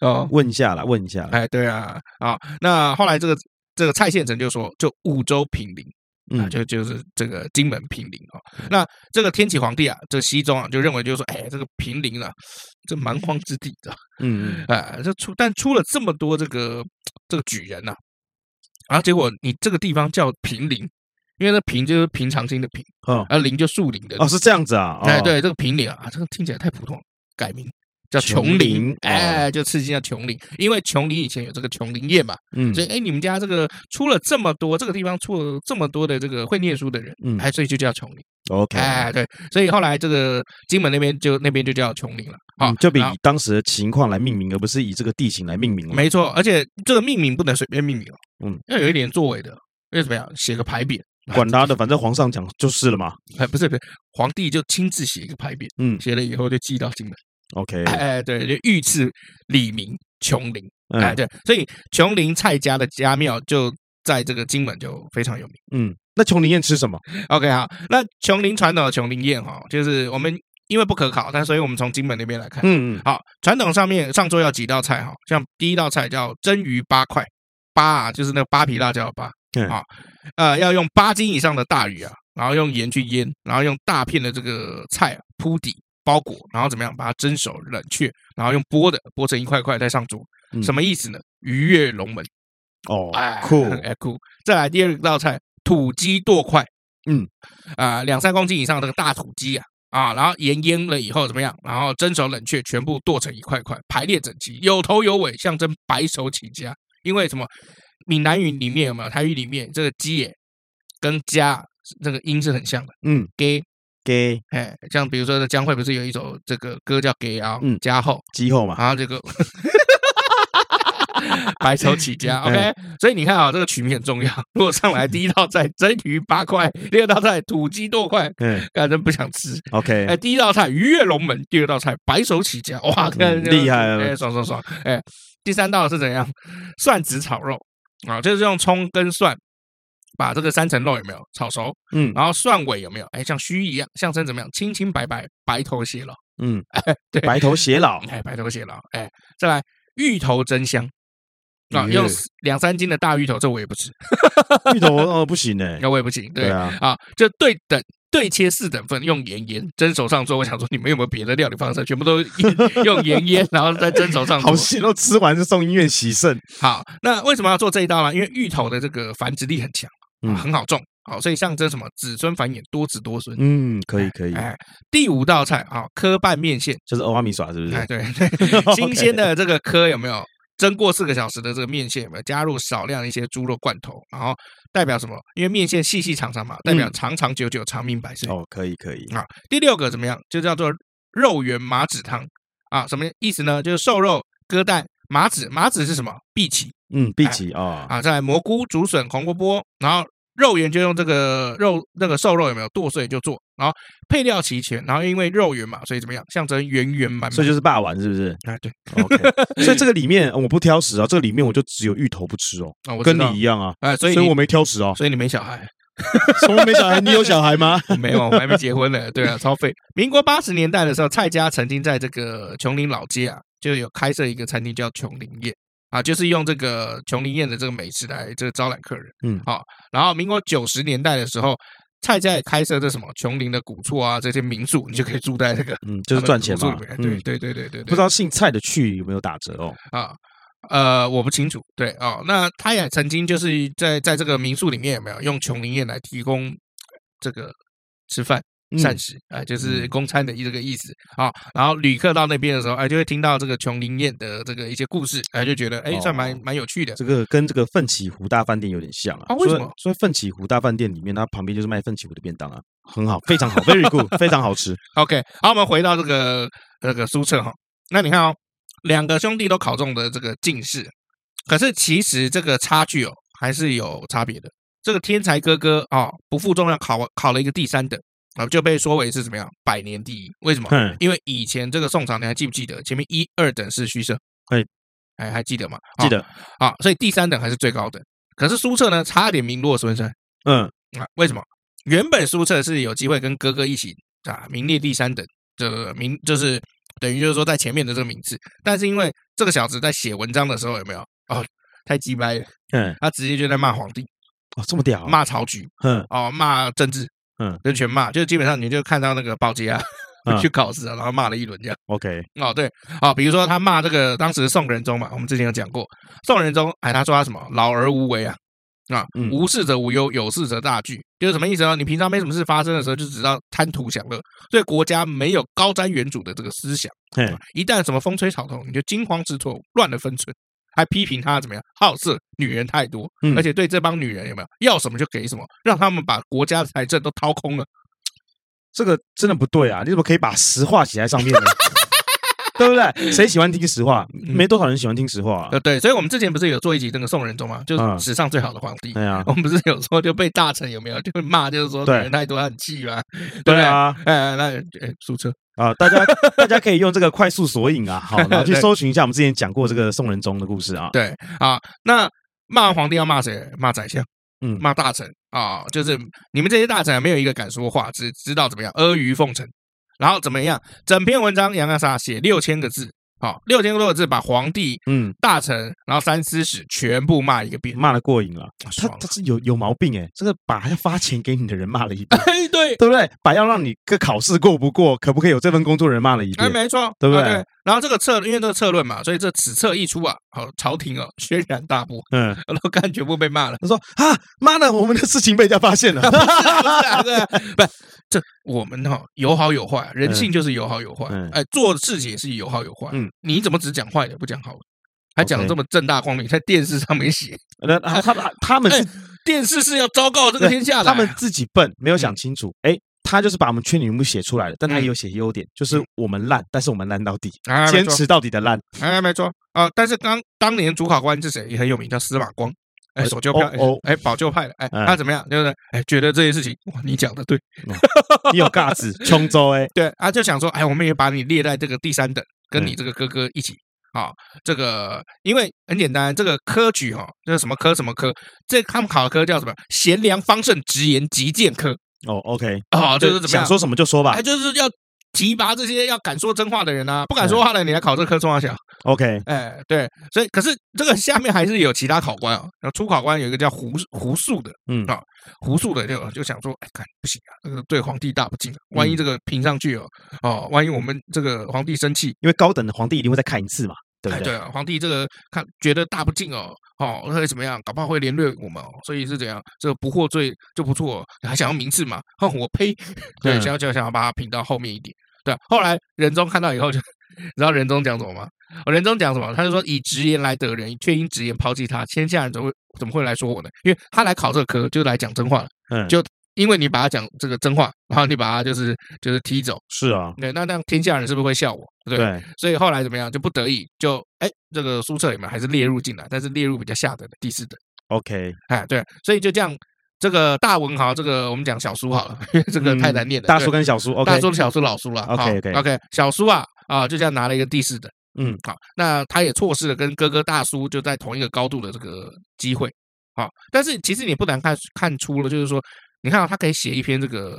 S1: 哦，
S2: 问一下啦，问一 下啦。
S1: 哎，对啊，啊，那后来这个这个蔡宪成就说，就五州平陵
S2: 嗯
S1: 啊，就就是这个金门平陵哦。那这个天启皇帝啊，这个西周啊，就认为就是说，哎，这个平陵啊，这蛮荒之地的
S2: 嗯
S1: 啊，这出但出了这么多这个这个举人呐、啊，然后结果你这个地方叫平陵，因为那平就是平常心的平，
S2: 哦
S1: 而陵就树林的
S2: 哦是这样子啊，哦
S1: 呃哎，，对，这个平陵啊，这个听起来太普通了，改名叫
S2: 琼哦
S1: 琼
S2: 林
S1: 陵，哎，就刺激叫琼陵，因为琼陵以前有这个琼林宴嘛，
S2: 嗯
S1: 所以哎，你们家这个出了这么多，这个地方出了这么多的这个会念书的人，
S2: 嗯
S1: 哎，所以就叫琼陵，
S2: ，OK，嗯
S1: 哎，对，所以后来这个金门那边就那边就叫琼陵了，啊
S2: 嗯，就比
S1: 然后
S2: 当时的情况来命名，而不是以这个地形来命名了。
S1: 没错，而且这个命名不能随便命名哦，
S2: 嗯，
S1: 要有一点作为的，因为怎么样，写个牌匾，
S2: 管他的，反正皇上讲就是了嘛。
S1: 哎，不是不是，皇帝就亲自写一个牌匾，
S2: 嗯
S1: 写了以后就寄到金门。
S2: ，OK，
S1: 哎，对，就御赐李明琼林，哎，
S2: 嗯
S1: 对，所以琼林蔡家的家庙就在这个金门就非常有名。
S2: 嗯，那琼林宴吃什么？
S1: OK，好，那琼林传统的琼林宴哈，就是我们因为不可考，但所以我们从金门那边来看，
S2: 嗯嗯，
S1: 好，传统上面上桌要几道菜哈，像第一道菜叫蒸鱼八块，八啊就是那个八皮辣椒的八
S2: 嗯，
S1: 好，呃，要用八斤以上的大鱼啊，然后用盐去腌，然后用大片的这个菜啊铺底包裹，然后怎么样把它蒸熟冷却，然后用剥的剥成一块块再上桌，
S2: 嗯
S1: 什么意思呢？鱼跃龙门，
S2: 哦
S1: 哎，
S2: 酷，
S1: 哎酷。再来第二道菜土鸡剁块，
S2: 嗯，
S1: 啊两三公斤以上的这个大土鸡啊。啊，然后盐腌了以后怎么样？然后蒸熟冷却，全部剁成一块块，排列整齐，有头有尾，象征白手起家。因为什么？闽南语里面有没有？台语里面这个鸡也跟家这个音是很像的，
S2: 嗯
S1: 给
S2: 给
S1: 哎，像比如说江蕙不是有一首这个歌叫《给啊
S2: 嗯
S1: 家后》，
S2: 鸡后嘛，
S1: 然后这个啊 白手 起家，OK，所以
S2: 哎
S1: 你看啊，这个曲面很重要。 如果上来第一道菜蒸鱼八块， 第二道菜土鸡剁块，
S2: 嗯
S1: 感真不想吃。哎，
S2: ，OK，
S1: 第一道菜鱼跃龙门，第二道菜白手起家，哇，看
S2: 嗯厉害了
S1: 哎，爽爽爽！哎，第三道是怎样？蒜子炒肉啊，就是用葱跟蒜把这个三层肉有没有炒熟，
S2: 嗯
S1: 然后蒜尾有没有？哎，像须一样，象征怎么样？清清白白，白头偕老。
S2: 嗯，
S1: 哎对
S2: 白头偕 老，
S1: 哎，白头偕老，哎，再来芋头蒸香。啊，
S2: 嗯
S1: 用两三斤的大芋头，这我也不吃，
S2: 芋头哦不行哎，
S1: 那我也不行。对
S2: 对啊，
S1: 啊，就对等对切四等份，用盐腌，蒸熟上桌。我想说，你们有没有别的料理方式？全部都用盐腌，然后再蒸熟上桌
S2: 好。咸哦，吃完就送医院洗肾，
S1: 好，那为什么要做这一道呢？因为芋头的这个繁殖力很强，啊
S2: 嗯
S1: 很好种，好，所以象征什么？子孙繁衍，多子多孙。
S2: 嗯，可以可以，
S1: 哎，第五道菜啊，科拌面线，
S2: 就是欧阿米耍是不
S1: 哎，
S2: 是？
S1: 对对，新鲜的这个科有没有蒸过四个小时的这个面线有没有加入少量一些猪肉罐头，然后代表什么？因为面线细细长长嘛，代表
S2: 嗯
S1: 长长久久、长命百岁。
S2: 哦，可以可以，
S1: 啊，第六个怎么样？就叫做肉圆麻子汤啊，什么意思呢？就是瘦肉、鸽蛋、麻子，麻子是什么？荸荠
S2: 嗯，碧琪啊，
S1: 啊，再来蘑菇、竹笋、红萝卜，然后肉圆就用这个肉那个瘦肉有没有剁碎就做，然后配料齐全，然后因为肉圆嘛，所以怎么样？象征圆圆满满。
S2: 所以就是霸王是不是
S1: 啊，对，
S2: ？OK，所以这个里面我不挑食啊，这个里面我就只有芋头不吃哦，
S1: 啊，我知
S2: 跟
S1: 道
S2: 你一样啊，
S1: 哎，
S2: 所
S1: 所以
S2: 以
S1: 你
S2: 我没挑食哦，
S1: 所以你没小孩，
S2: 什么没小孩？你有小孩吗？
S1: 我没有，我还没结婚呢。对啊，超费。民国八十年代的时候，蔡家曾经在这个琼林老街啊，就有开设一个餐厅叫琼林宴啊，就是用这个琼林宴的这个美食来这个招揽客人。
S2: 嗯
S1: 好、然后民国九十年代的时候，蔡家也开设这什么琼林的古厝啊，这些民宿，你就可以住在这个
S2: 嗯， 就是赚钱
S1: 他
S2: 嘛
S1: 们的古。厝里面
S2: 嗯，
S1: 对对对对对对，
S2: 不知道姓蔡的去有没有打折哦？
S1: 啊。呃，我不清楚，对哦，那他也曾经就是在在这个民宿里面有没有用琼林宴来提供这个吃饭
S2: 嗯
S1: 膳食啊、就是公餐的这个意思啊、然后旅客到那边的时候，哎、就会听到这个琼林宴的这个一些故事，哎、就觉得哎、
S2: 哦
S1: 算蛮蛮有趣的。
S2: 这个跟这个奋起湖大饭店有点像啊。
S1: 啊为什么
S2: 所以所以奋起湖大饭店里面，它旁边就是卖奋起湖的便当啊，很好，非常好，very good，非常好 吃。
S1: OK，好，我们回到这个这个苏澈哈，那你看哦，两个兄弟都考中的这个进士，可是其实这个差距哦还是有差别的。这个天才哥哥哦，不负众望，考考了一个第三等啊，就被说为是怎么样百年第一？为什么？
S2: 哼，
S1: 因为以前这个宋朝你还记不记得前面一二等是虚设？
S2: 哎
S1: 哎，还记得吗？啊
S2: 记得，
S1: 啊，所以第三等还是最高等。可是苏澈呢，差点名落孙山。
S2: 嗯，
S1: 啊，为什么？原本苏澈是有机会跟哥哥一起啊，名列第三等，这个名就是等于就是说在前面的这个名次，但是因为这个小子在写文章的时候有没有哦，太鸡掰了，
S2: 嗯，
S1: 他直接就在骂皇帝
S2: 哦，这么屌啊，
S1: 骂曹局
S2: 哼，
S1: 哦，骂政治，
S2: 嗯，
S1: 就全骂，就基本上你就看到那个保洁啊
S2: 嗯
S1: 去考试啊，然后骂了一轮这样。
S2: ，OK，
S1: 哦，对，哦，比如说他骂这个当时宋仁宗嘛，我们之前有讲过，宋仁宗哎，他说他什么老而无为啊，啊，
S2: 嗯
S1: 无事者无忧，有事者大惧，就是什么意思呢？你平常没什么事发生的时候，就只知道贪图享乐，对国家没有高瞻远瞩的这个思想，啊
S2: 嘿，
S1: 一旦什么风吹草动，你就惊慌失措，乱了分寸。还批评他怎么样好色，女人太多，
S2: 嗯
S1: 而且对这帮女人有没有要什么就给什么，让他们把国家的财政都掏空了。
S2: 这个真的不对啊！你怎么可以把实话写在上 面呢？对不对？谁喜欢听实话？
S1: 嗯
S2: 没多少人喜欢听实话啊
S1: 呃，。对，所以我们之前不是有做一集那个宋仁宗嘛，就是
S2: 嗯
S1: 史上最好的皇帝。
S2: 哎呀
S1: 我，们不是有说就被大臣有没有就会骂，就是说女
S2: 对
S1: 人太多很气嘛，对不
S2: 对，啊，
S1: 哎，那哎，苏澈，
S2: 啊，大家大家可以用这个快速索引啊， 好，然后去
S1: 对
S2: 搜寻一下我们之前讲过这个宋仁宗的故事啊。
S1: 对啊，那骂皇帝要骂谁？骂宰相，
S2: 嗯
S1: 骂大臣啊，就是你们这些大臣没有一个敢说话，只知道怎么样阿谀奉承，然后怎么样？整篇文章杨亚莎写六千个字，好，六千多个字把皇帝、
S2: 嗯，
S1: 大臣，然后三司使全部骂一个遍，
S2: 骂的过瘾了。他
S1: 啊爽了，
S2: 他是有有毛病哎，这个把要发钱给你的人骂了一遍
S1: 哎， 对，
S2: 对不对？把要让你个考试过不过，可不可以有这份工作的人骂了一
S1: 哎，
S2: 遍。
S1: 没错，
S2: 对不
S1: 啊
S2: 对
S1: 对？然后这个策，因为这个策论嘛，所以这此策一出啊，好，朝廷哦 轩然大波，
S2: 嗯，
S1: 然后看全部被骂了。
S2: 他说啊，妈的，我们的事情被人家发现了。
S1: 对啊，不，这我们哈、有好有坏，啊人性就是有好有坏。
S2: 嗯
S1: 哎，做事情也是有好有坏。
S2: 嗯，
S1: 你怎么只讲坏的，不讲好的？还讲得
S2: OK
S1: 这么正大光明，在电视上没写，
S2: 那他他他们是
S1: 电视是要昭告这个天下的。
S2: 他
S1: 啊
S2: 们自己笨，没有想清楚。
S1: 嗯
S2: 哎、他就是把我们缺点部写出来了，但他也有写优点，
S1: 嗯
S2: 就是我们烂，但是我们烂到底，
S1: 哎，没
S2: 坚
S1: 错，
S2: 持到底的烂。
S1: 哎，没错啊。但是当当年主考官是谁也很有名，叫司马光。哎，守旧派
S2: 哦哦，
S1: 哎，保旧派的，哎，
S2: 嗯
S1: 他怎么样？对不对？哎，觉得这些事情，哇，你讲的对，
S2: 你有尬 子，冲州哎，
S1: 对啊，就想说，哎，我们也把你列在这个第三等，跟你
S2: 嗯
S1: 这个哥哥一起啊、这个因为很简单，这个科举哈、哦，这个什么科什么科，这他们考的科叫什么？贤良方正直言极谏科
S2: 哦，OK，
S1: 啊、就是怎么
S2: 想
S1: 样？
S2: 说什么就说吧
S1: 哎，就是要提拔这些要敢说真话的人啊，不敢说话的你来考这科中华小，
S2: ，OK，
S1: 啊哎，对，所以可是这个下面还是有其他考官哦，然后初考官有一个叫胡胡素的，
S2: 嗯
S1: 啊，胡素的就就想说，哎，看不行啊，这个对皇帝大不敬啊，万一
S2: 嗯
S1: 这个评上去哦，哦，万一我们这个皇帝生气，
S2: 因为高等的皇帝一定会再看一次嘛，对
S1: 哎，
S2: 不对？
S1: 对啊，皇帝这个看觉得大不敬哦，哦，会怎么样？搞不好会连累我们哦，所以是怎样？这个不获罪就不错哦，还想要名次嘛？哼，我呸！ 对，
S2: 嗯
S1: 想要就想要把它评到后面一点。对啊，后来仁宗看到以后就， 你知道仁宗讲什么吗？哦，仁宗讲什么？他就说以直言来得人，却因直言抛弃他，天下人怎么会怎么会来说我呢？因为他来考这个科就是来讲真话的，
S2: 嗯，
S1: 就因为你把他讲这个真话，然后你把他就是就是踢走，
S2: 是啊，
S1: 对，那那样天下人是不是会笑我？对不对。
S2: 对，
S1: 所以后来怎么样，就不得已就哎，这个苏辙里面还是列入进来，但是列入比较下等的第四等，
S2: ，OK，
S1: 哎，对，所以就这样，这个大文豪，这个我们讲小苏好了， 因为这个太难念了，
S2: 嗯大
S1: 对
S2: 叔跟小叔，OK，
S1: 大苏、小苏、老苏了
S2: OK，OK
S1: OK，小苏啊啊，就这样拿了一个第四等，
S2: 嗯，
S1: 好，那他也错失了跟哥哥大苏就在同一个高度的这个机会，好，但是其实你不难看看出了，就是说，你看、啊、他可以写一篇这个，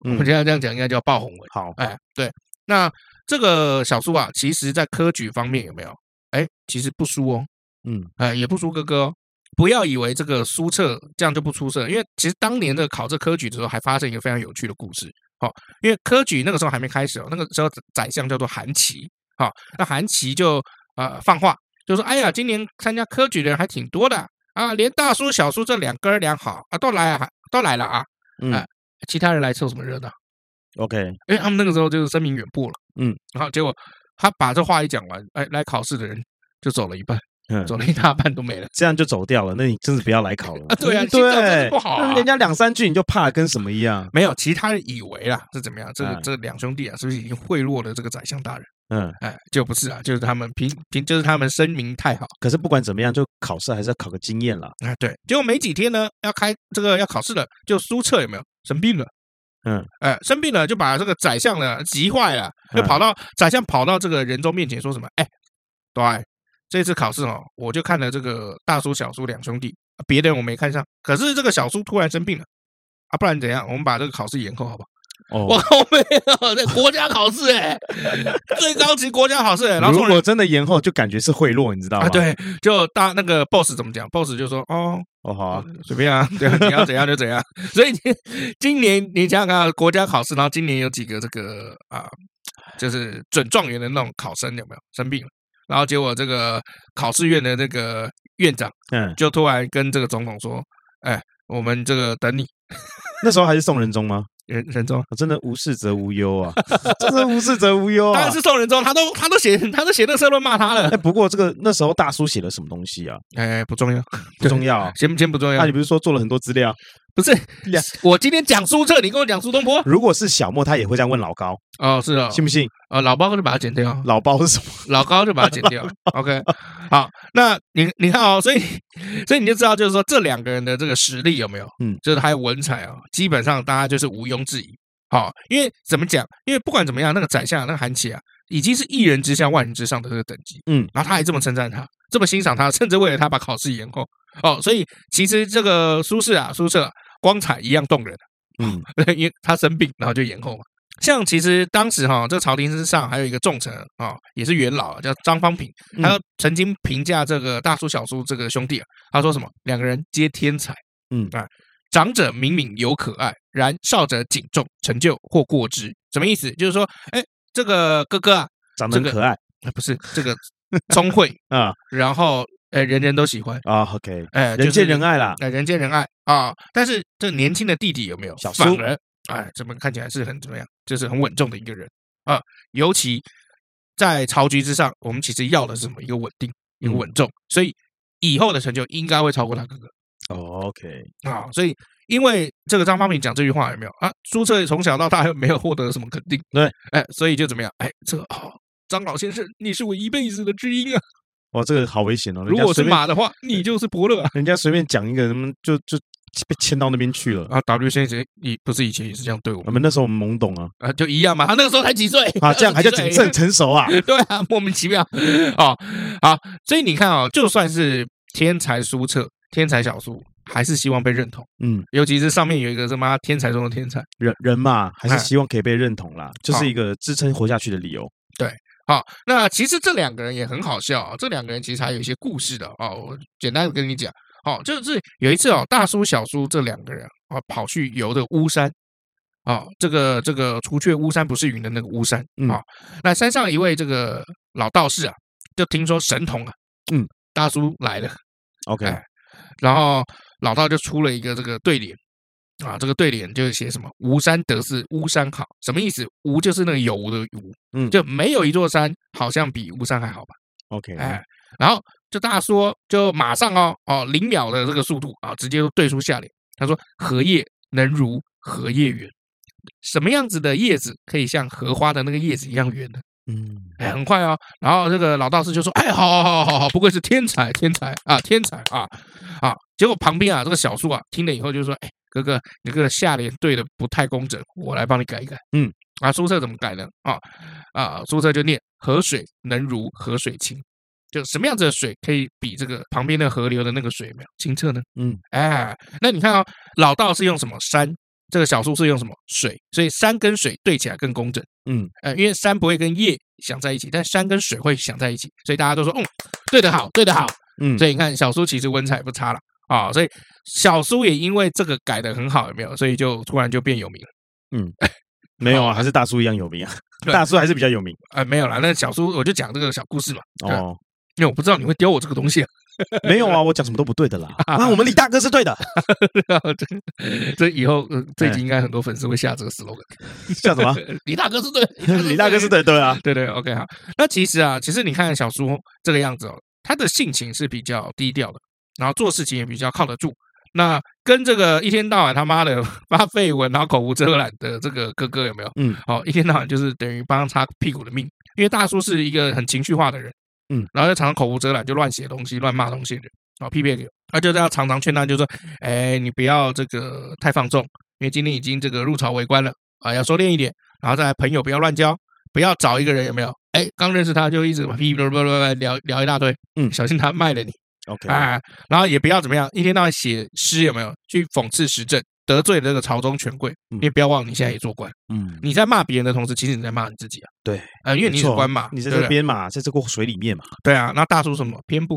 S1: 我
S2: 嗯
S1: 们现在这样讲应该叫爆红文。
S2: 好，
S1: 哎，对，那这个小苏啊，其实在科举方面有没有？哎，其实不输哦，
S2: 嗯，
S1: 哎，也不输哥哥哦。不要以为这个苏辙这样就不出色，因为其实当年的考这科举的时候，还发生一个非常有趣的故事。好、因为科举那个时候还没开始哦，那个时候宰相叫做韩琦。好、那韩琦就呃放话，就说：“哎呀，今年参加科举的人还挺多的啊，连大叔、小叔这两哥儿俩好啊，都来啊，都来了啊，
S2: 嗯
S1: 哎其他人来凑什么热闹？”
S2: ，OK，
S1: 因为他们那个时候就是声名远播了，
S2: 嗯，
S1: 然后结果他把这话一讲完，哎，来考试的人就走了一半，
S2: 嗯
S1: 走了一大半都没了。
S2: 这样就走掉了，那你真是不要来考了
S1: 啊 对啊
S2: 嗯
S1: 心脏真的
S2: 对，
S1: 不好啊
S2: 那人家两三句你就怕得跟什么一样，
S1: 没有，其他人以为啦是怎么样？这个
S2: 嗯
S1: 这两兄弟啊，是不是已经贿赂了这个宰相大人？
S2: 嗯，
S1: 哎，就不是啊，就是他们凭凭就是他们声名太好
S2: 可是不管怎么样，就考试还是要考个经验啦。
S1: 啊。对，结果没几天呢，要开这个要考试了，就苏澈有没有生病了？
S2: 嗯，
S1: 哎，生病了就把这个宰相呢急坏了，就
S2: 嗯
S1: 跑到宰相跑到这个仁宗面前说什么？哎，对，这次考试哦，我就看了这个大叔、小叔两兄弟，别的人我没看上，可是这个小叔突然生病了啊，不然怎样？我们把这个考试延后好不好？我
S2: 哦，
S1: 靠，没有，那国家考试哎，最高级国家考试哎，然后
S2: 如
S1: 送人
S2: 果真的延后，就感觉是贿赂，你知道吗？
S1: 啊，，对，就大那个 boss 怎么讲？boss 就说哦，
S2: 哦好啊，
S1: 随便啊， 对，你要怎样就怎样。 所以今今年你想想看啊，国家考试，然后今年有几个这个啊，就是准状元的那种考生有没有生病了？然后结果这个考试院的那个院长
S2: 嗯，
S1: 就突然跟这个总统说：“哎，我们这个等你
S2: 那时候还是宋仁宗 吗？
S1: 人人中。”
S2: 啊真的无事则无忧啊， 真的无事则无忧
S1: 当
S2: 啊
S1: 然。是宋仁宗，他都他都写他都写那个社论骂他 了
S2: 哎，，不过这个那时候大叔写了什么东西啊？
S1: 哎，不重要，
S2: 不重要啊。
S1: 先先不重要
S2: 那你。不是说做了很多资料？
S1: 不是，我今天讲苏辙，你跟我讲苏东坡。
S2: 如果是小莫，他也会这样问老高，
S1: 哦，是哦，
S2: 信不信？
S1: 呃，老包就把它剪掉，
S2: 老包是什 么？
S1: 老高就把它剪掉。OK，好，那你你看哦，所以所以你就知道，就是说这两个人的这个实力有没有？
S2: 嗯，
S1: 就是还有文采哦，基本上大家就是毋庸置疑。好、因为怎么讲？因为不管怎么样，那个宰相那个韩琦啊，已经是一人之下万人之上的这个等级。
S2: 嗯，
S1: 然后他还这么称赞他，这么欣赏他，甚至为了他把考试延后。哦，所以其实这个苏轼啊，苏轼、啊、光彩一样动人。
S2: 嗯，
S1: 因为他生病，然后就延后嘛。像其实当时哈、这个朝廷之上还有一个重臣啊、也是元老啊，叫张方平，
S2: 嗯
S1: 他曾经评价这个大叔小叔这个兄弟啊，他说什么？两个人皆天才，
S2: 嗯
S1: 啊，长者敏敏犹可爱，然少者谨重，成就或过之。什么意思？就是说，哎，这个哥哥啊，
S2: 长得很
S1: 这个
S2: 可爱
S1: 呃不是这个 聪慧，
S2: 啊
S1: 然后哎，人人都喜欢，
S2: 啊，OK，
S1: 哎，
S2: 人见人
S1: 爱。
S2: 爱啦。
S1: 哎，人见人爱啊、但是这年轻的弟弟有没有
S2: 小
S1: 反
S2: 苏
S1: 而哎，怎么看起来是很怎么样，就是很稳重的一个人啊、尤其在朝局之上，我们其实要的是什么？一个稳定，一个
S2: 嗯
S1: 稳重，所以以后的成就应该会超过他哥哥
S2: 哦，OK，
S1: 啊、所以。因为这个张方平讲这句话有没有啊？苏辙从小到大又没有获得什么肯定，
S2: 对，
S1: 哎，所以就怎么样？哎，这个哦，张老先生，你是我一辈子的知音啊！
S2: 哇，这个好危险哦！人
S1: 如
S2: 家
S1: 果是
S2: 随便，
S1: 马的话，你就是伯乐啊！
S2: 人家随便讲一个什么，就就被牵到那边去了。
S1: 啊，W 先生，你不是以前也是这样对我
S2: 我
S1: 们？
S2: 们那时候我们懵懂 啊，
S1: 啊，就一样嘛。他那个时候才几岁
S2: 啊，这样还叫谨慎？
S1: 20几
S2: 成熟啊？
S1: 岁对啊，莫名其妙哦。好，所以你看哦，就算是天才书册、天才小说，还是希望被认同。
S2: 嗯，
S1: 尤其是上面有一个什么啊天才中的天才。
S2: 人人嘛，还
S1: 哎哦
S2: 是希望可以被认同啦，这
S1: 好
S2: 是一个支撑活下去的理由。
S1: 好，那其实这两个人也很好笑啊、这两个人其实还有一些故事的哦。我简单的跟你讲，哦，就是有一次哦，大叔小叔这两个人啊、哦，跑去游的巫山，哦，这个这个除却巫山不是云的那个巫山
S2: 嗯
S1: 啊、那山上一位这个老道士啊，就听说神童啊，
S2: 嗯，
S1: 大叔来了，
S2: OK，
S1: 哎然后老道就出了一个这个对联。啊，这个对联就是写什么“吾山得势，巫山好”，什么意思？吾就是那个有无的无，
S2: 嗯
S1: 就没有一座山好像比巫山还好吧？
S2: ，OK，
S1: 哎，然后就大家说，就马上哦哦，零秒的这个速度啊，直接就对出下联。他说：“荷叶能如荷叶圆，什么样子的叶子可以像荷花的那个叶子一样圆呢？”
S2: 嗯，
S1: 哎，很快哦。然后这个老道士就说：“哎，好好好好好，不愧是天才，天才啊，天才啊啊！”结果旁边啊，这个小叔啊，听了以后就说：“哎，哥哥，你这个下联对的不太工整，我来帮你改一改。”
S2: 嗯，
S1: 啊，苏辙怎么改呢？啊啊，苏辙就念“河水能如河水清”，就什么样子的水可以比这个旁边的河流的那个水有没有清澈呢？
S2: 嗯，
S1: 哎，那你看哦，老道是用什么山？这个小叔是用什么水？所以山跟水对起来更工整。
S2: 嗯，
S1: 呃，因为山不会跟叶想在一起，但山跟水会想在一起，所以大家都说，嗯，对的好，对的好。
S2: 嗯，
S1: 所以你看，小苏其实文采不差了啊、所以小苏也因为这个改的很好，有没有？所以就突然就变有名了。
S2: 没有啊，还是大叔一样有名啊，
S1: 哦对
S2: 大叔还是比较有名
S1: 呃，没有啦，那小苏我就讲这个小故事嘛，对
S2: 哦。
S1: 因为我不知道你会丢我这个东西、啊，
S2: 没有啊，我讲什么都不对的啦。啊，我们李大哥是对的，
S1: 这这以后、呃、这一
S2: 哎
S1: 集应该很多粉丝会下这 个 slogan。
S2: 叫什么？
S1: 李大哥是对的，
S2: 李大哥是对的，对啊，
S1: 对对，OK 好。那其实啊，其实你看小苏这个样子哦，他的性情是比较低调的，然后做事情也比较靠得住。那跟这个一天到晚他妈的 发绯闻，然后口无遮拦的这个哥哥有没有？
S2: 嗯，
S1: 哦，一天到晚就是等于帮他擦屁股的命，因为大叔是一个很情绪化的人，
S2: 嗯，
S1: 然后又常常口无遮拦，就乱写东西、乱骂东西的人，哦，批评你，他就是要常常劝他，就说，哎，你不要这个太放纵，因为今天已经这个入朝为官了啊，要收敛一点，然后再来朋友不要乱交，不要找一个人有没有？哎，刚认识他就一直噼噼啪啪啪聊聊一大堆，
S2: 嗯
S1: 小心他卖了你
S2: OK，
S1: 哎啊，然后也不要怎么样，一天到晚写诗有没有？去讽刺时政得罪了这个朝中权贵，
S2: 嗯
S1: 你也不要忘了你现在也做官，
S2: 嗯，
S1: 你在骂别人的同时，其实你在骂你自己啊。
S2: 对，
S1: 呃，因为你是
S2: 没错
S1: 官嘛，
S2: 你在
S1: 对不
S2: 这
S1: 对
S2: 边嘛，在这个水里面嘛，
S1: 对啊。那大叔什么偏 不？。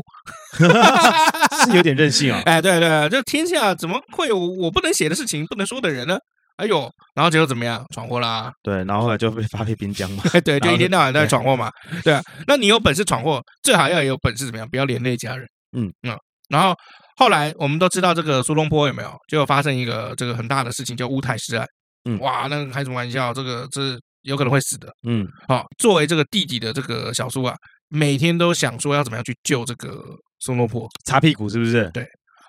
S2: 是有点任性啊
S1: 哎，对对，对这天下怎么会有我不能写的事情，不能说的人呢？哎呦，然后结果怎么样？闯祸啦！
S2: 对，然后后来就被发配边疆嘛。
S1: 哎， 对，就
S2: 然后
S1: 一天到晚都在
S2: 对
S1: 闯祸嘛。对啊，那你有本事闯祸，最好要有本事怎么样？不要连累家人。
S2: 嗯
S1: 嗯。然后后来我们都知道这个苏东坡有没有，就发生一个这个很大的事情，叫乌台诗案。
S2: 嗯
S1: 哇，那个开什么玩笑？这个这有可能会死的。
S2: 嗯，
S1: 好、作为这个弟弟的这个小苏啊，每天都想说要怎么样去救这个苏东坡。
S2: 擦屁股是不是？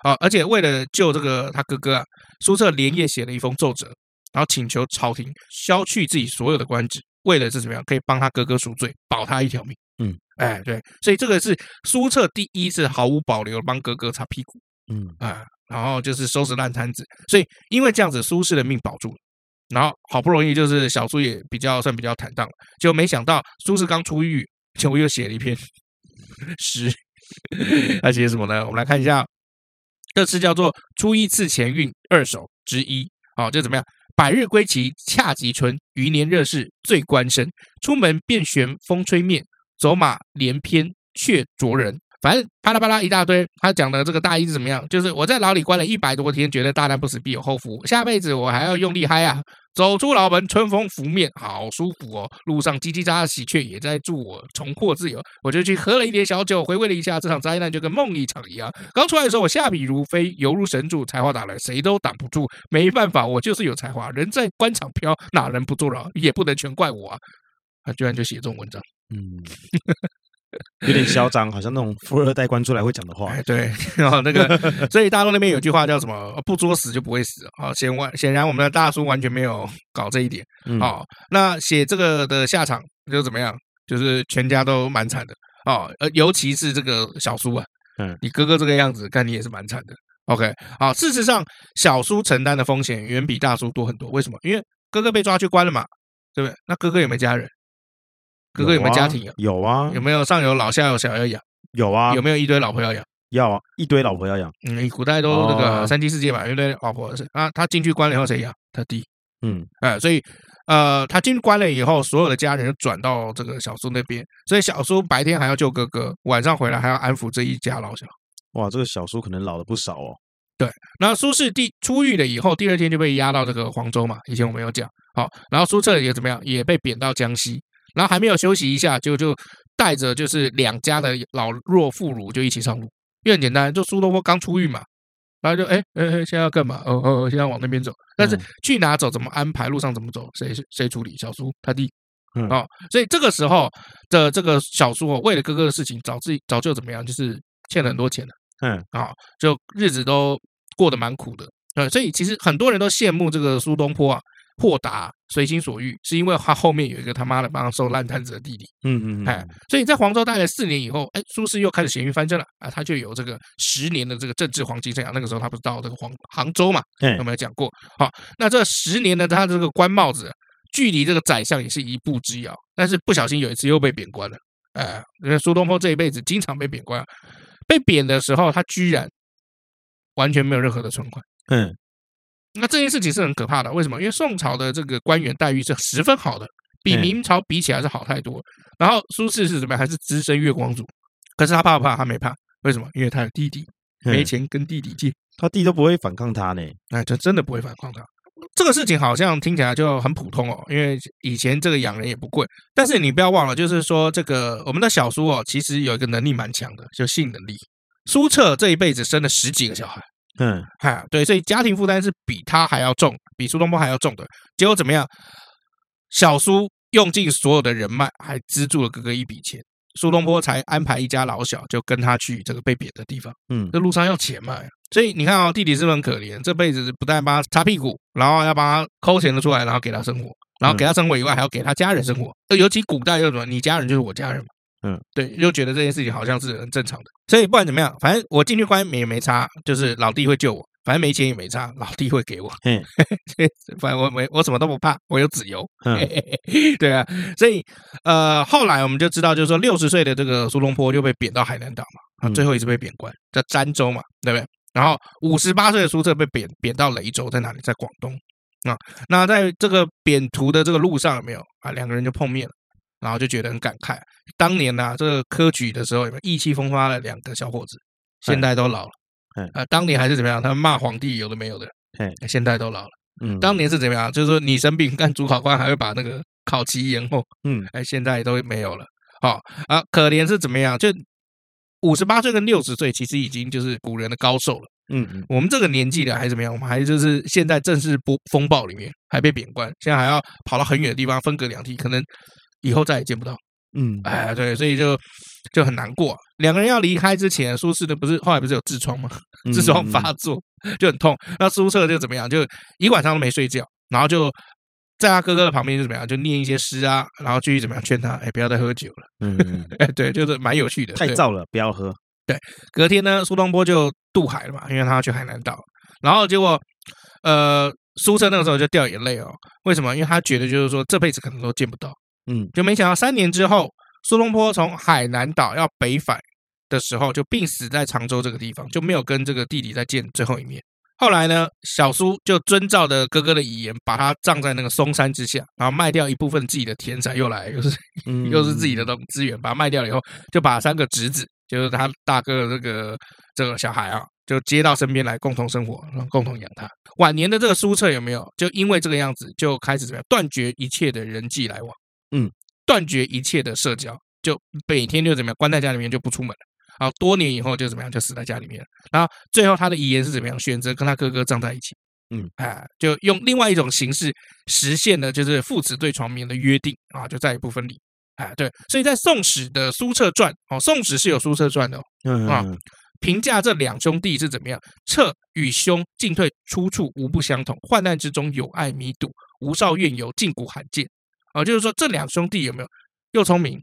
S1: 啊，而且为了救这个他哥哥啊，苏辙连夜写了一封奏折，然后请求朝廷削去自己所有的官职，为了是怎么样可以帮他哥哥赎罪，保他一条命。
S2: 嗯，
S1: 哎，对，所以这个是苏辙第一次毫无保留地帮哥哥擦屁股
S2: 嗯，
S1: 啊，然后就是收拾烂摊子。所以因为这样子，苏轼的命保住了。然后好不容易就是小苏也比较算比较坦荡了，结果没想到苏轼刚出狱，结果又写了一篇 诗，他写什么呢？我们来看一下，哦这诗叫做《初一次前韵二首之一》。好，就怎么样？百日归期恰及春，余年热事最关身。出门便旋风吹面，走马连篇却啄人。反正巴拉巴拉一大堆，他讲的这个大意是怎么样？就是我在牢里关了一百多天，觉得大难不死必有后福，下辈子我还要用力嗨啊！走出牢门，春风拂面，好舒服哦。路上叽叽喳喳的喜鹊也在祝我重获自由，我就去喝了一点小酒，回味了一下这场灾难，就跟梦一场一样。刚出来的时候，我下笔如飞，犹如神助，才华打来，谁都挡不住。没办法，我就是有才华，人在官场飘，哪能不坐牢？也不能全怪我啊！他居然就写这种文章，
S2: 嗯，有点嚣张，好像那种富二代官出来会讲的话。
S1: 哎，对， 然后那个，所以大陆那边有句话叫什么？不作死就不会死啊！显完显然我们的大叔完全没有搞这一点。
S2: 嗯，
S1: 哦，那写这个的下场就怎么样？就是全家都蛮惨的哦，呃，尤其是这个小苏啊，
S2: 嗯，
S1: 你哥哥这个样子，看你也是蛮惨的。OK，好、事实上小苏承担的风险远比大叔多很多。为什么？因为哥哥被抓去关了嘛，对不对？那哥哥有没有家人？哥哥有没有家庭啊？
S2: 有啊，
S1: 有没有上有老下有小要养？
S2: 有啊，
S1: 有没有一堆老婆要养？
S2: 要啊，一堆老婆要养。
S1: 嗯，古代都那个
S2: 哦
S1: 三妻四妾嘛，一堆老婆是啊，他进去关了以后谁养？他弟。
S2: 嗯
S1: 哎，所以呃，他进去关了以后，所有的家人就转到这个小苏那边，所以小苏白天还要救哥哥，晚上回来还要安抚这一家老小。
S2: 哇，这个小叔可能老了不少哦。
S1: 然后苏轼第出狱了以后，第二天就被押到这个黄州嘛，以前我们有讲。好，然后苏辙也怎么样，也被贬到江西，然后还没有休息一下，就就带着就是两家的老弱妇孺就一起上路，因为很简单，就苏东坡刚出狱嘛，然后就哎哎哎，现在要干嘛？哦哦，哦现在往那边走，但是
S2: 嗯
S1: 去哪走，怎么安排，路上怎么走，谁谁处理？小苏他弟。
S2: 嗯
S1: 哦，所以这个时候的这个小苏哦，为了哥哥的事情，早自己早就怎么样，就是欠了很多钱了。
S2: 嗯，
S1: 啊、就日子都过得蛮苦的。对，所以其实很多人都羡慕这个苏东坡啊，豁达、随心所欲，是因为他后面有一个他妈的帮他收烂摊子的弟弟。
S2: 嗯嗯，
S1: 哎
S2: 嗯，
S1: 所以在黄州待了四年以后，哎，苏轼又开始咸鱼翻身了啊，他就有这个十年的这个政治黄金生涯。那个时候他不是到这个黄杭州嘛，
S2: 哎
S1: 有没有讲过？好，那这十年呢，他这个官帽子距离这个宰相也是一步之遥，但是不小心有一次又被贬官了。哎，因为苏东坡这一辈子经常被贬官，啊被贬的时候他居然完全没有任何的存款。
S2: 嗯，
S1: 那这件事情是很可怕的，为什么？因为宋朝的这个官员待遇是十分好的，比
S2: 嗯
S1: 明朝比起来是好太多。然后苏轼是怎么样？还是资深月光族？可是他怕不怕？他没怕，为什么？因为他有弟弟，没
S2: 嗯
S1: 钱跟弟弟借，
S2: 他弟都不会反抗他呢。
S1: 哎，这真的不会反抗他。这个事情好像听起来就很普通哦，因为以前这个养人也不贵。但是你不要忘了，就是说这个我们的小苏哦，其实有一个能力蛮强的，就性能力。苏辙这一辈子生了十几个小孩。
S2: 嗯，
S1: 哈，对，所以家庭负担是比他还要重，比苏东坡还要重的。结果怎么样？小苏用尽所有的人脉，还资助了哥哥一笔钱，苏东坡才安排一家老小就跟他去这个被贬的地方。
S2: 嗯
S1: 这路上要钱嘛，所以你看哦，弟弟是不是很可怜？这辈子不但帮他擦屁股，然后要帮他抠钱的出来，然后给他生活，然
S2: 嗯
S1: 后给他生活以外，还要给他家人生活。呃尤其古代又什么，你家人就是我家人嘛。
S2: 嗯，
S1: 对，又觉得这件事情好像是很正常的，所以不管怎么样，反正我进去关也没差，就是老弟会救我，反正没钱也没差，老弟会给我，
S2: 嗯
S1: 反正我没我什么都不怕，我有子由，
S2: 嗯
S1: 对啊，所以呃，后来我们就知道，就是说六十岁的这个苏东坡就被贬到海南岛嘛，啊
S2: 嗯
S1: 最后一次被贬官，叫詹州嘛，对不对？然后五十八岁的苏辙被贬贬到雷州，在哪里？在广东啊。那在这个贬途的这个路上，有没有啊？两个人就碰面了，然后就觉得很感慨。当年呢、这个科举的时候，有没有意气风发的两个小伙子，现在都老了
S2: 哎。
S1: 啊，当年还是怎么样？他们骂皇帝有的没有的
S2: 哎，
S1: 现在都老了。
S2: 嗯，
S1: 当年是怎么样？就是说你生病，干主考官还会把那个考期延后，
S2: 嗯
S1: 哎，现在都没有了。好、啊，可怜是怎么样？就五十八岁跟六十岁，其实已经就是古人的高寿了。
S2: 嗯嗯
S1: 我们这个年纪的还怎么样？我们还就是现在正是波风暴里面，还被贬官，现在还要跑到很远的地方，分隔两地，可能以后再也见不到。
S2: 嗯，
S1: 哎，对，所以就就很难过。两个人要离开之前，苏轼的不是后来不是有痔疮吗？
S2: 嗯
S1: 痔疮发，作就很痛。那苏辙就怎么样？就一晚上都没睡觉，然后就在他哥哥的旁边就怎么样？就念一些诗啊，然后继续怎么样劝他，哎，不要再喝酒了。
S2: 嗯嗯嗯嗯
S1: 哎，对，就是蛮有趣的。
S2: 太
S1: 对
S2: 燥了，不要喝。
S1: 隔天呢，苏东坡就渡海了嘛，因为他要去海南岛。然后结果，呃，苏辙那个时候就掉眼泪哦。为什么？因为他觉得就是说这辈子可能都见不到。
S2: 嗯
S1: 就没想到三年之后，苏东坡从海南岛要北返的时候，就病死在常州这个地方，就没有跟这个弟弟再见最后一面。后来呢，小苏就遵照着哥哥的遗言，把他葬在那个嵩山之下，然后卖掉一部分自己的田产，又来又是
S2: 嗯，
S1: 又是自己的东资源，把它卖掉了以后，就把三个侄子，就是他大哥的这个这个小孩啊，就接到身边来共同生活，然后共同养他。晚年的这个苏辙有没有就因为这个样子，就开始怎么样断绝一切的人际来往，
S2: 嗯，
S1: 断绝一切的社交，就每天就怎么样关在家里面就不出门了。然后多年以后就怎么样，就死在家里面了。然后最后他的遗言是怎么样？选择跟他哥哥葬在一起。
S2: 嗯，
S1: 哎，就用另外一种形式实现了就是父子对床眠的约定啊，就再也不分离。哎，对，所以在《宋史》的《苏辙传》哦，《宋史》是有《苏辙传》的、哦，
S2: 嗯
S1: 啊
S2: 嗯
S1: 评价这两兄弟是怎么样？彻与兄进退出处无不相同，患难之中友爱弥笃，无少怨尤，近古罕见。啊、就是说这两兄弟有没有又聪明，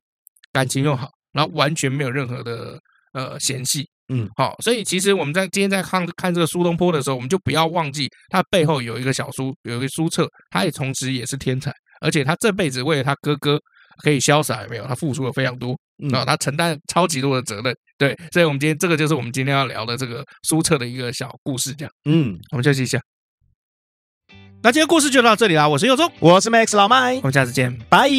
S1: 感情又好，然后完全没有任何的呃嫌隙。
S2: 嗯，
S1: 好、所以其实我们在今天在看看这个苏东坡的时候，我们就不要忘记他背后有一个小苏，有一个苏辙，他也同时也是天才，而且他这辈子为了他哥哥可以潇洒，有没有？他付出了非常多。
S2: 嗯
S1: 啊、他承担超级多的责任。对，所以我们今天这个就是我们今天要聊的这个苏澈的一个小故事，这样。
S2: 嗯，
S1: 我们休息一下。那今天故事就到这里啦，我是佑宗，
S2: 我是 Max 老麦
S1: 我，们下次见。
S2: 拜。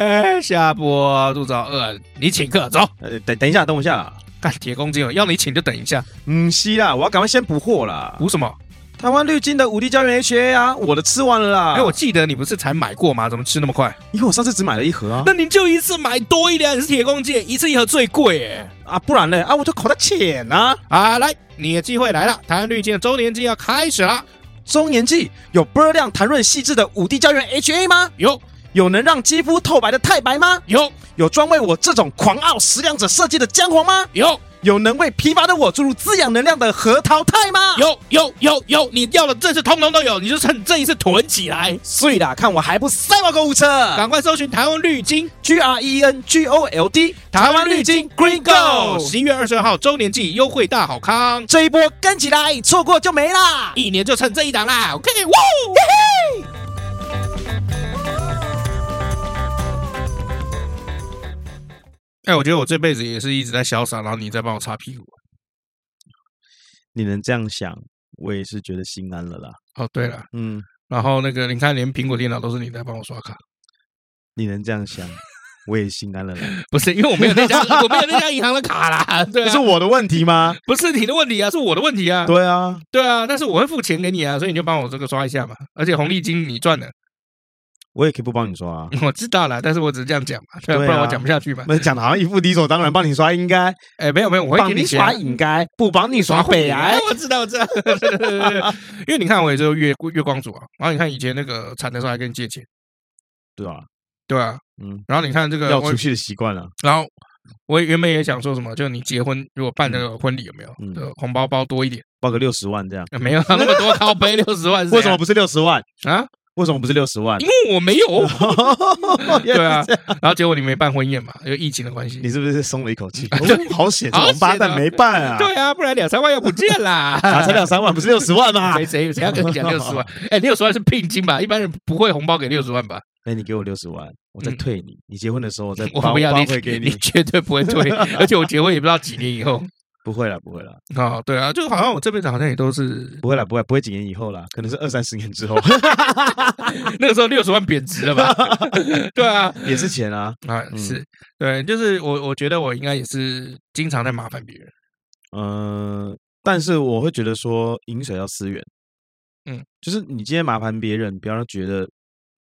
S1: 哎下播肚子好饿，你请客走。
S2: 呃，等等一下，等我一下。
S1: 干铁公鸡哦，要你请就等一下，
S2: 嗯，是啦，我要赶快先补货啦。
S1: 补什么？
S2: 台湾绿金的五 D 胶原 HA 啊，我的吃完了啦。
S1: 哎，我记得你不是才买过吗？怎么吃那么快？
S2: 因为我上次只买了一盒啊，
S1: 那你就一次买多一点，你是铁公鸡，一次一盒最贵哎。
S2: 啊，不然嘞啊，我就口袋浅啊。
S1: 啊，来，你的机会来了，台湾绿金的周年庆要开始了，
S2: 周年记有波量弹润细致的五 D 胶原 HA 吗？
S1: 有
S2: 有能让肌肤透白的太白吗？
S1: 有
S2: 有专为我这种狂傲食量者设计的姜黄吗？
S1: 有。
S2: 有能为疲乏的我注入滋养能量的核桃肽吗？
S1: 有有有有，你要的这次通通都有，你就趁这一次囤起来，
S2: 碎啦，看我还不塞爆购物车
S1: 赶快搜寻台湾绿金，
S2: ！G R E N G O L D，台湾绿金 Green Go，
S1: 十一月二十二号周年季优惠大好康，
S2: 这一波跟起来，错过就没啦！
S1: 一年就趁这一档啦，OK，哇！哎，我觉得我这辈子也是一直在潇洒，然后你在帮我擦屁股。
S2: 你能这样想，我也是觉得心安了啦。
S1: 哦，对了，
S2: 嗯，
S1: 然后那个你看，连苹果电脑都是你在帮我刷卡，
S2: 你能这样想，我也心安了啦。
S1: 不是因为我没有 那家我没有那家银行的卡啦，对、
S2: 这
S1: 啊
S2: 是，我的问题吗？
S1: 不是你的问题啊，是我的问题啊。
S2: 对啊，
S1: 对啊，但是我会付钱给你啊，所以你就帮我这个刷一下嘛。而且红利金你赚了，
S2: 我也可以不帮你说啊。
S1: 我知道了，但是我只是这样讲嘛，对啊
S2: 对啊
S1: 不然我讲不下去嘛。
S2: 那讲的好像一副理所当然，帮你刷应该，
S1: 哎，没有没有，我会
S2: 帮
S1: 给
S2: 你
S1: 钱啊
S2: 刷。应该，不帮你刷北
S1: 哎
S2: 癌。
S1: 我知道，我知道， 因为你看我也就是月月光族啊，然后你看以前那个惨的时候还跟你借钱，
S2: 对啊，
S1: 对吧、
S2: 嗯，
S1: 然后你看这个
S2: 要
S1: 啊我
S2: 出，去的习惯啊了。
S1: 然后我原本也想说什么，就你结婚如果办这个婚礼有没有，
S2: 嗯
S1: 就红包包多一点，
S2: 报个六十万这样，
S1: 没有啊那么 多高杯六十万是怎
S2: 为什么
S1: 样，
S2: 不是六十万？
S1: 啊？
S2: 为什么不是六十 万
S1: 因？为我没有，
S2: 对
S1: 对啊，然后结果你没办婚宴嘛，就疫情的关系，
S2: 你是不是松了一口 气？哦好险，这
S1: 好险啊
S2: 王八蛋没办啊！
S1: 对啊，不然两三万要不见 啦。
S2: 啊，才两三万，不是六十万啊吗？
S1: 谁谁谁要跟你讲六十万？哎，六十万是聘金吧？一般人不会红包给六十万吧？
S2: 哎，你给我六十万，我再
S1: 嗯
S2: 退你。你结婚的时候，我再
S1: 我
S2: 包
S1: 不要
S2: 包
S1: 你
S2: 回给
S1: 你
S2: 你。
S1: 绝对不会退。而且我结婚也不知道几年以后，
S2: 不会了，不会了，
S1: 啊、对啊，就好像我这辈子好像也 都是
S2: 不会了，不会，不会几年以后啦，可能是二三十年 之后
S1: 那个时候六十万贬值了吧？ 对啊，
S2: 也是钱啊，
S1: 啊
S2: 嗯
S1: 是，对，就是我我觉得我应该也是经常在麻烦别人，
S2: 嗯、但是我会觉得说饮水要思源，
S1: 嗯，
S2: 就是你今天麻烦别人，不要觉得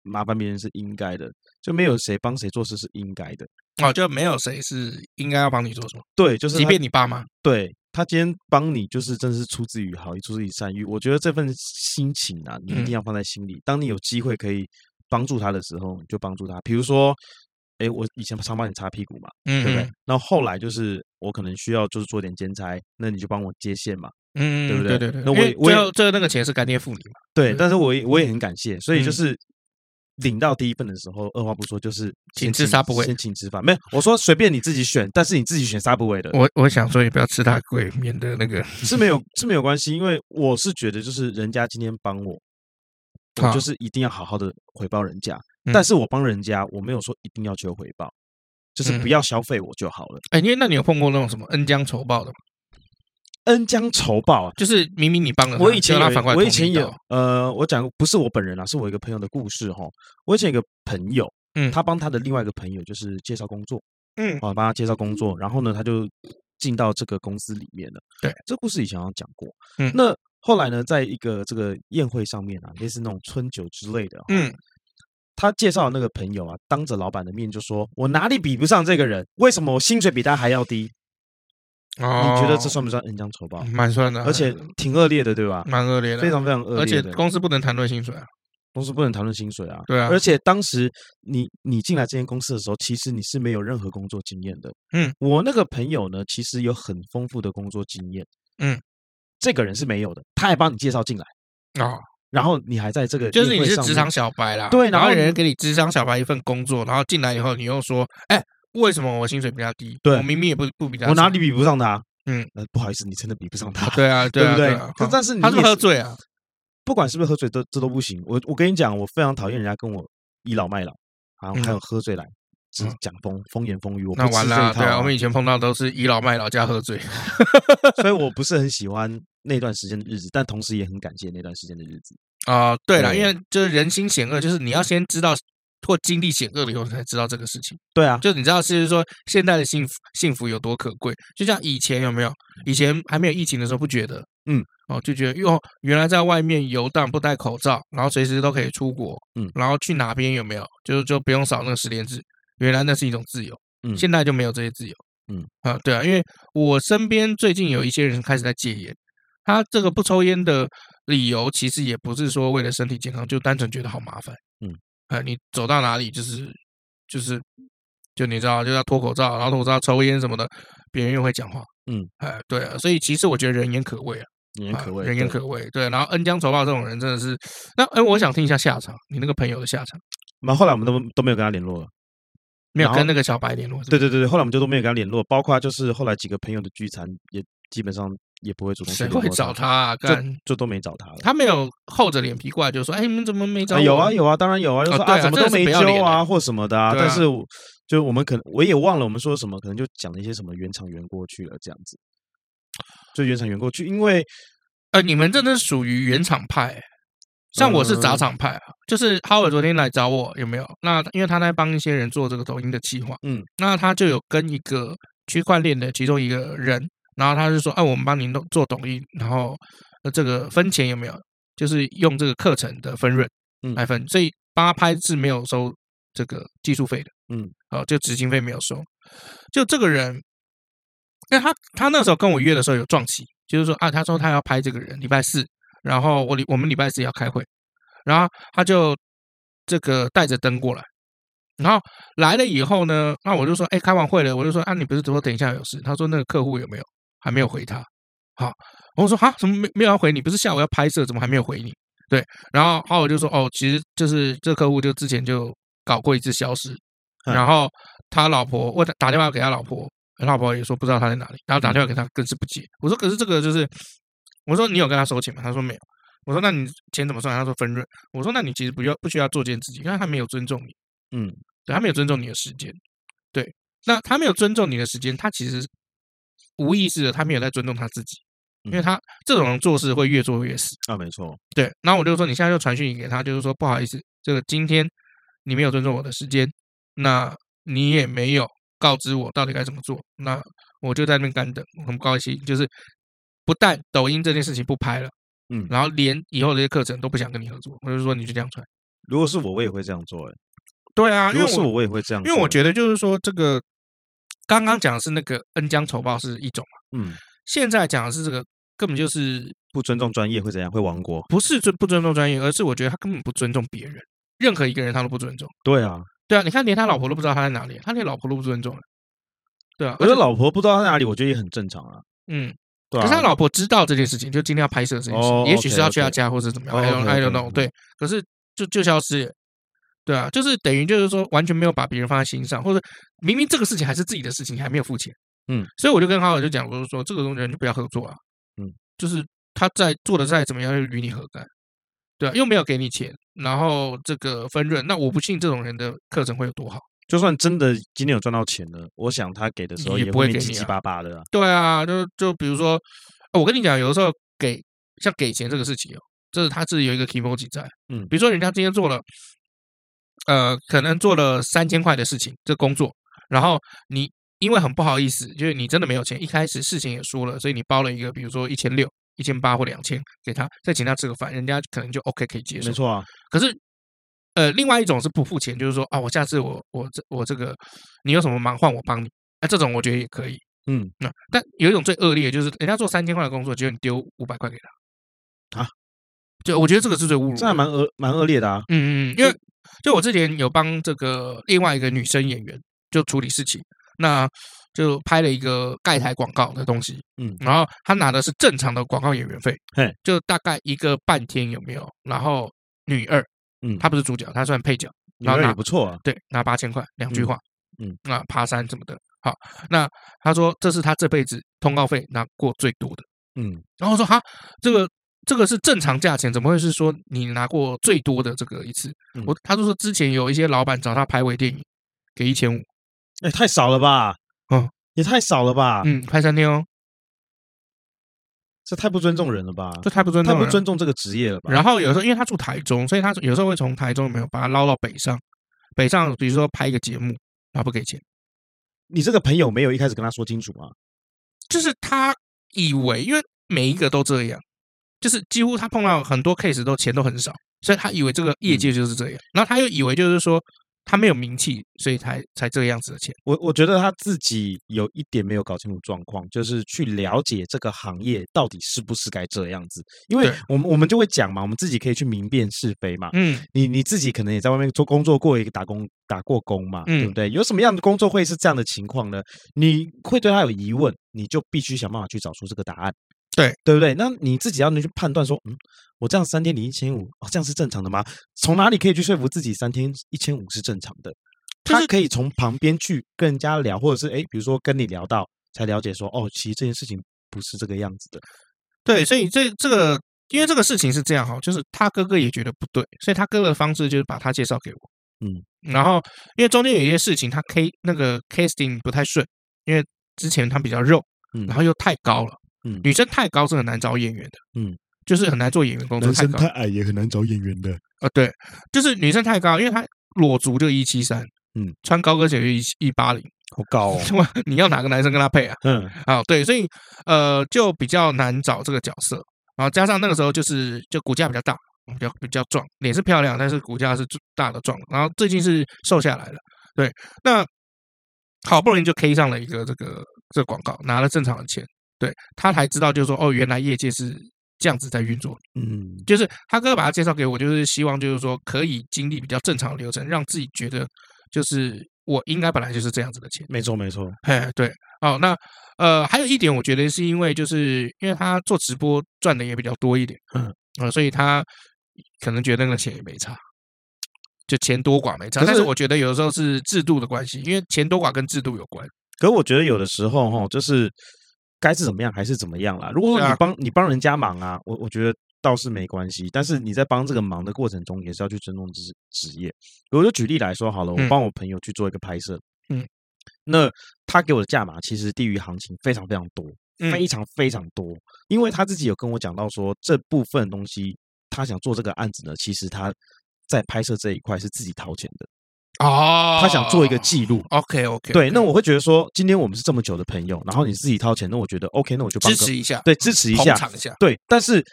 S2: 麻烦别人是应该的，就没有谁帮谁做事是应该的，
S1: 哦，就没有谁是应该要帮你做什么，
S2: 对，就是
S1: 即
S2: 他
S1: 便你爸妈，
S2: 对他今天帮你，就是真的是出自于好意，出自于善意。我觉得这份心情啊，你一
S1: 嗯
S2: 定要放在心里。当你有机会可以帮助他的时候，你就帮助他。比如说，哎，我以前常帮你擦屁股嘛，
S1: 嗯，
S2: 对不对？然后后来就是我可能需要就是做点兼差，那你就帮我接线嘛。
S1: 嗯，
S2: 对不
S1: 对？
S2: 对
S1: 对对
S2: 那我
S1: 因为
S2: 也我
S1: 最
S2: 也
S1: 后最后那个钱是干爹付你嘛，
S2: 对，
S1: 嗯
S2: 但是我也我也很感谢。所以
S1: 嗯
S2: 就是领到第一份的时候，二话不说就是先
S1: 请吃 Subway
S2: 先请吃饭。没有，我说随便你自己选，但是你自己选 Subway 的。
S1: 我我想说也不要吃他贵，免得那个
S2: 是没有是没有关系，因为我是觉得就是人家今天帮我，我
S1: 啊
S2: 就是一定要好好的回报人家。
S1: 嗯
S2: 但是我帮人家，我没有说一定要求回报，就是不
S1: 嗯
S2: 要消费我就好了。
S1: 哎，因为那你有碰过那种什么恩将仇报的吗？
S2: 恩将仇报啊！
S1: 就是明明你帮了他，
S2: 我以前
S1: 结果
S2: 有
S1: 他反过来
S2: 我以
S1: 捅你
S2: 前
S1: 一
S2: 有
S1: 刀，
S2: 呃，我讲不是我本人啊，是我一个朋友的故事哈。我以前有个朋友，
S1: 嗯
S2: 他帮他的另外一个朋友就是介绍工作，
S1: 嗯
S2: 啊，帮他介绍工作，然后呢，他就进到这个公司里面了。
S1: 对，
S2: 这故事以前好像讲过。
S1: 嗯
S2: 那后来呢，在一个这个宴会上面啊，类似那种春酒之类的、啊
S1: 嗯，
S2: 他介绍的那个朋友啊，当着老板的面就说：“我哪里比不上这个人？为什么我薪水比他还要低？”
S1: 哦嗯
S2: 你觉得这算不算恩将仇报？
S1: 蛮算的，啊
S2: 而且挺恶劣的，对吧？
S1: 蛮恶劣的，啊
S2: 非常非常恶
S1: 嗯而且
S2: 劣的，
S1: 公司不能谈论薪水啊，
S2: 公司不能谈论薪水啊。
S1: 对啊
S2: 而且当时你你进来这间公司的时候，其实你是没有任何工作经验的。
S1: 嗯，
S2: 我那个朋友呢，其实有很丰富的工作经验。
S1: 嗯，
S2: 这个人是没有的，他还帮你介绍进来，
S1: 哦，
S2: 然后你还在这个
S1: 就是
S2: 宴
S1: 你
S2: 会
S1: 是
S2: 上
S1: 职
S2: 面
S1: 场小白啦，
S2: 对
S1: 然
S2: 然
S1: 后
S2: 后
S1: 有人
S2: 你
S1: 给你职场小白一份工作，然后进来以后你又说，哎，为什么我薪水比较低？
S2: 对
S1: 我明明也不不比他，
S2: 我哪里？比不上他？
S1: 嗯
S2: 呃，不好意思，你真的比不上他，
S1: 对啊，
S2: 对
S1: 啊，
S2: 不
S1: 对
S2: 对
S1: 啊？
S2: 但
S1: 哦
S2: 但是你
S1: 他是
S2: 也
S1: 喝醉啊，
S2: 不管是不是喝醉都这都不行。我我跟你讲，我非常讨厌人家跟我倚老卖老，然后还有喝醉来。只
S1: 嗯
S2: 讲风风言风语，我不
S1: 那
S2: 吃
S1: 完
S2: 这
S1: 了啊，
S2: 一
S1: 对
S2: 套
S1: 啊，我
S2: 啊、
S1: 们以前碰到都是倚老卖老加喝醉，
S2: 所以我不是很喜欢那段时间的日子，但同时也很感谢那段时间的日子。
S1: 啊，对了，
S2: 对
S1: 因为就是人心险恶，就是你要先知道或经历险恶了以后，才知道这个事情。
S2: 对啊，
S1: 就你知道，就是说现在的幸福幸福有多可贵。就像以前有没有？以前还没有疫情的时候，不觉得，
S2: 嗯，
S1: 哦，就觉得哟，原来在外面游荡不戴口罩，然后随时都可以出国，
S2: 嗯
S1: 然后去哪边有没有？就就不用扫那个十连制，原来那是一种自由，
S2: 嗯
S1: 现在就没有这些自由，
S2: 嗯，
S1: 啊，对啊，因为我身边最近有一些人开始在戒烟，他这个不抽烟的理由其实也不是说为了身体健康，就单纯觉得好麻烦。
S2: 嗯，
S1: 啊，你走到哪里就是就是就你知道，就要脱口罩，然后脱口罩抽烟什么的，别人又会讲话。
S2: 嗯，
S1: 哎，对啊，所以其实我觉得人言可畏啊，
S2: 人言可畏，
S1: 啊人言
S2: 对
S1: 可畏。对，然后恩将仇报这种人真的是，那哎，我想听一下下场，你那个朋友的下场，
S2: 那后来我们都都没有跟他联络了。
S1: 没有
S2: 然后
S1: 跟那个小白联络嗯是不
S2: 对
S1: 是？
S2: 对对对，后来我们就都没有跟他联络，包括就是后来几个朋友的聚餐，也基本上也不会主动去
S1: 谁
S2: 联络
S1: 会找
S2: 他，
S1: 他啊？干
S2: 就，就都没找他了。
S1: 他没有厚着脸皮过来就说，哎，你们怎么没找
S2: 啊
S1: 我？
S2: 有啊有啊，当然有啊，就
S1: 哦
S2: 说
S1: 对啊
S2: 怎么
S1: 真的
S2: 都
S1: 是
S2: 没
S1: 不要脸
S2: 揪
S1: 欸
S2: 啊或什么的啊，
S1: 对
S2: 但
S1: 啊
S2: 是我就我们可能我也忘了我们说什么，可能就讲了一些什么原厂缘过去了这样子，就原厂缘过去，因为
S1: 呃，你们这真的是属于原厂派、欸，像我是杂
S2: 嗯
S1: 厂派啊。就是哈尔昨天来找我，有没有？那因为他在帮一些人做这个抖音的企划，
S2: 嗯，
S1: 那他就有跟一个区块链的其中一个人，然后他就说，哎、我们帮您弄做抖音，然后呃这个分钱有没有？就是用这个课程的分润
S2: 嗯
S1: 来分，所以帮他拍是没有收这个技术费的，
S2: 嗯，
S1: 哦，就执行费没有收。就这个人，因为他他那时候跟我约的时候有撞期，就是说啊，他说他要拍这个人，礼拜四，然后我礼我们礼拜四要开会，然后他就这个带着灯过来，然后来了以后呢，那我就说，哎，开完会了，我就说啊，你不是说等一下有事？他说那个客户有没有还没有回他？好，我说哈，啊怎么没没有要回你？不是下午要拍摄，怎么还没有回你？对，然后后来我就说哦，其实就是这个客户就之前就搞过一次消失，
S2: 嗯
S1: 然后他老婆我打打电话给他老婆，他老婆也说不知道他在哪里，
S2: 嗯
S1: 然后打电话给他更是不接。我说可是这个就是，我说你有跟他收钱吗？他说没有。我说那你钱怎么算？他说分润。我说那你其实不要不需要作践自己，因为他没有尊重你，
S2: 嗯
S1: 对他没有尊重你的时间，对，那他没有尊重你的时间，他其实无意识的他没有在尊重他自己，因为
S2: 嗯
S1: 他这种人做事会越做越死。
S2: 啊，没错，
S1: 对，然后我就说你现在就传讯给他，就是说不好意思，这个今天你没有尊重我的时间，那你也没有告知我到底该怎么做，那我就在那边干等，我很不高兴，就是不但抖音这件事情不拍了，
S2: 嗯
S1: 然后连以后这些课程都不想跟你合作，我就说你就这样传。
S2: 如果是我，我也会这样做、欸。
S1: 对啊，因
S2: 如
S1: 为
S2: 果是
S1: 我
S2: 我，我也会这样做
S1: 因为我觉得就是说这个刚刚讲的是那个恩将仇报是一种嘛，
S2: 嗯，
S1: 现在讲的是这个根本就是
S2: 不尊重专业会怎样？会亡国？
S1: 不是尊不尊重专业，而是我觉得他根本不尊重别人，任何一个人他都不尊重。
S2: 对啊，
S1: 对啊，你看连他老
S2: 嗯
S1: 婆都不知道他在哪里，他连老婆都不尊重了。对啊，
S2: 我的
S1: 而且
S2: 老婆不知道她在哪里，我觉得也很正常啊。
S1: 嗯，
S2: 对
S1: 可
S2: 啊，
S1: 是他老婆知道这件事情，就今天要拍摄这件事，
S2: 哦
S1: 也许是要去他
S2: OK，OK
S1: 家或者怎么样
S2: 哦
S1: ，I don't I don't
S2: OK，OK，
S1: know。对，可是就就消失了。对啊，就是等于就是说完全没有把别人放在心上，或者明明这个事情还是自己的事情，还没有付钱。
S2: 嗯，
S1: 所以我就跟好好就讲，我就说这个东西就不要合作啊。
S2: 嗯，
S1: 就是他在做的再怎么样，又与你何干？对啊，又没有给你钱，然后这个分润，那我不信这种人的课程会有多好。
S2: 就算真的今天有赚到钱了，我想他给的时候
S1: 也
S2: 也
S1: 不会
S2: 会
S1: 给
S2: 七
S1: 你
S2: 七
S1: 啊
S2: 八八的啊。
S1: 对啊，就就比如说，啊我跟你讲，有的时候给像给钱这个事情哦，这是他自己有一个 emoji 在。
S2: 嗯
S1: 比如说人家今天做了，呃，可能做了三千块的事情，这工作，然后你因为很不好意思，就是你真的没有钱，一开始事情也说了，所以你包了一个，比如说一千六、一千八或两千给他，再请他吃个饭，人家可能就 OK 可以接受
S2: 没。错啊，
S1: 可是，呃，另外一种是不付钱，就是说啊，我下次我我这我这个你有什么忙换我帮你，啊，这种我觉得也可以。
S2: 嗯，
S1: 那但有一种最恶劣，就是人家做三千块的工作，结果你丢五百块给他
S2: 啊？
S1: 就我觉得这个是最侮辱的。
S2: 这还蛮恶蛮恶劣的啊。
S1: 嗯嗯嗯，嗯因为就我之前有帮这个另外一个女生演员就处理事情，那就拍了一个盖台广告的东西，
S2: 嗯
S1: 然后她拿的是正常的广告演员费
S2: 嘿，
S1: 就大概一个半天有没有？然后女二，
S2: 嗯
S1: 她不是主角，她算配角，
S2: 女
S1: 然后
S2: 儿
S1: 拿
S2: 也不错啊。
S1: 对，拿八千块，两句
S2: 嗯
S1: 话，
S2: 嗯，
S1: 啊，爬山什么的。好，那他说这是他这辈子通告费拿过最多的。
S2: 嗯，
S1: 然后我说哈，这个这个是正常价钱，怎么会是说你拿过最多的这个一次？
S2: 嗯
S1: 我他就说之前有一些老板找他拍微电影，给一千五，
S2: 哎，太少了吧？
S1: 哦，
S2: 也太少了吧？
S1: 嗯，拍三天哦，
S2: 这太不尊重人了吧？
S1: 这太不尊
S2: 太
S1: 重
S2: 不
S1: 了。
S2: 尊啊重这个职业了吧？
S1: 然后有时候因为他住台中，所以他有时候会从台中有没有把他捞到北上，北上比如说拍一个节目，然后不给钱，
S2: 你这个朋友没有一开始跟他说清楚啊？
S1: 就是他以为，因为每一个都这样，就是几乎他碰到很多 case 都钱都很少，所以他以为这个
S2: 嗯
S1: 业界就是这样，然后他又以为就是说他没有名气，所以才才这个样子的钱。
S2: 我我觉得他自己有一点没有搞清楚状况，就是去了解这个行业到底是不是该这样子。因为
S1: 对
S2: 我们我们就会讲嘛，我们自己可以去明辨是非嘛。
S1: 嗯，
S2: 你你自己可能也在外面做工作过，也打工打过工嘛，对
S1: 嗯
S2: 不对？有什么样的工作会是这样的情况呢？你会对他有疑问，你就必须想办法去找出这个答案，
S1: 对
S2: 对不对？那你自己要能去判断说，嗯，我这样三天领一千五，哦，这样是正常的吗？从哪里可以去说服自己三天一千五是正常的？
S1: 就
S2: 他
S1: 是
S2: 可以从旁边去跟人家聊，或者是诶，比如说跟你聊到，才了解说，哦，其实这件事情不是这个样子的。
S1: 对，所以这这个因为这个事情是这样哈，就是他哥哥也觉得不对，所以他哥哥的方式就是把他介绍给我。
S2: 嗯，
S1: 然后因为中间有一些事情他 K 那个 casting 不太顺，因为之前他比较肉，
S2: 嗯
S1: 然后又太高了，
S2: 嗯
S1: 女生太高是很难找演员的，
S2: 嗯，
S1: 就是很难做演员工作，太高
S2: 矮也很难找演员的。
S1: 啊，对，就是女生太高，因为她裸足就一七三，
S2: 嗯，
S1: 穿高跟鞋就一一八零，，
S2: 好高哦
S1: 哇你要哪个男生跟她配啊？
S2: 嗯
S1: 啊，对，所以呃就比较难找这个角色，然后加上那个时候就是就骨架比较大，嗯比较比较壮，脸是漂亮，但是骨架是最大的壮的，然后最近是瘦下来了，对，那好不容易就 K 上了一个这个这个广告，拿了正常的钱，对他才知道就是说哦，原来业界是这样子在运作的
S2: 嗯，
S1: 就是他哥把他介绍给我，就是希望就是说可以经历比较正常的流程，让自己觉得就是我应该本来就是这样子的钱。
S2: 没错没错，
S1: 哎，对，哦，那呃，还有一点，我觉得是因为就是因为他做直播赚的也比较多一点，
S2: 嗯
S1: 呃，所以他可能觉得那个钱也没差。就钱多寡没差，
S2: 可
S1: 但是
S2: 是
S1: 我觉得有的时候是制度的关系，因为钱多寡跟制度有关。
S2: 可我觉得
S1: 嗯
S2: 有的时候哈，就是该是怎么样还是怎么样啦。如果
S1: 是
S2: 说
S1: 啊
S2: 你帮、你帮人家忙啊，我我觉得倒是没关系。但是你在帮这个忙的过程中，也是要去尊重职职业。我就举例来说好了，
S1: 嗯
S2: 我帮我朋友去做一个拍摄，
S1: 嗯，
S2: 那他给我的价码其实低于行情非常非常多，
S1: 嗯
S2: 非常非常多。因为他自己有跟我讲到说，这部分东西他想做这个案子呢，其实他在拍摄这一块是自己掏钱的，
S1: 哦，
S2: 他想做一个记录。
S1: OK OK，
S2: 对，那我会觉得说，今天我们是这么久的朋友，然后你自己掏钱，那我觉得 OK，那我就帮
S1: 支
S2: 个
S1: 持一下，
S2: 对支持一
S1: 捧
S2: 下，
S1: 场一下，
S2: 对，但是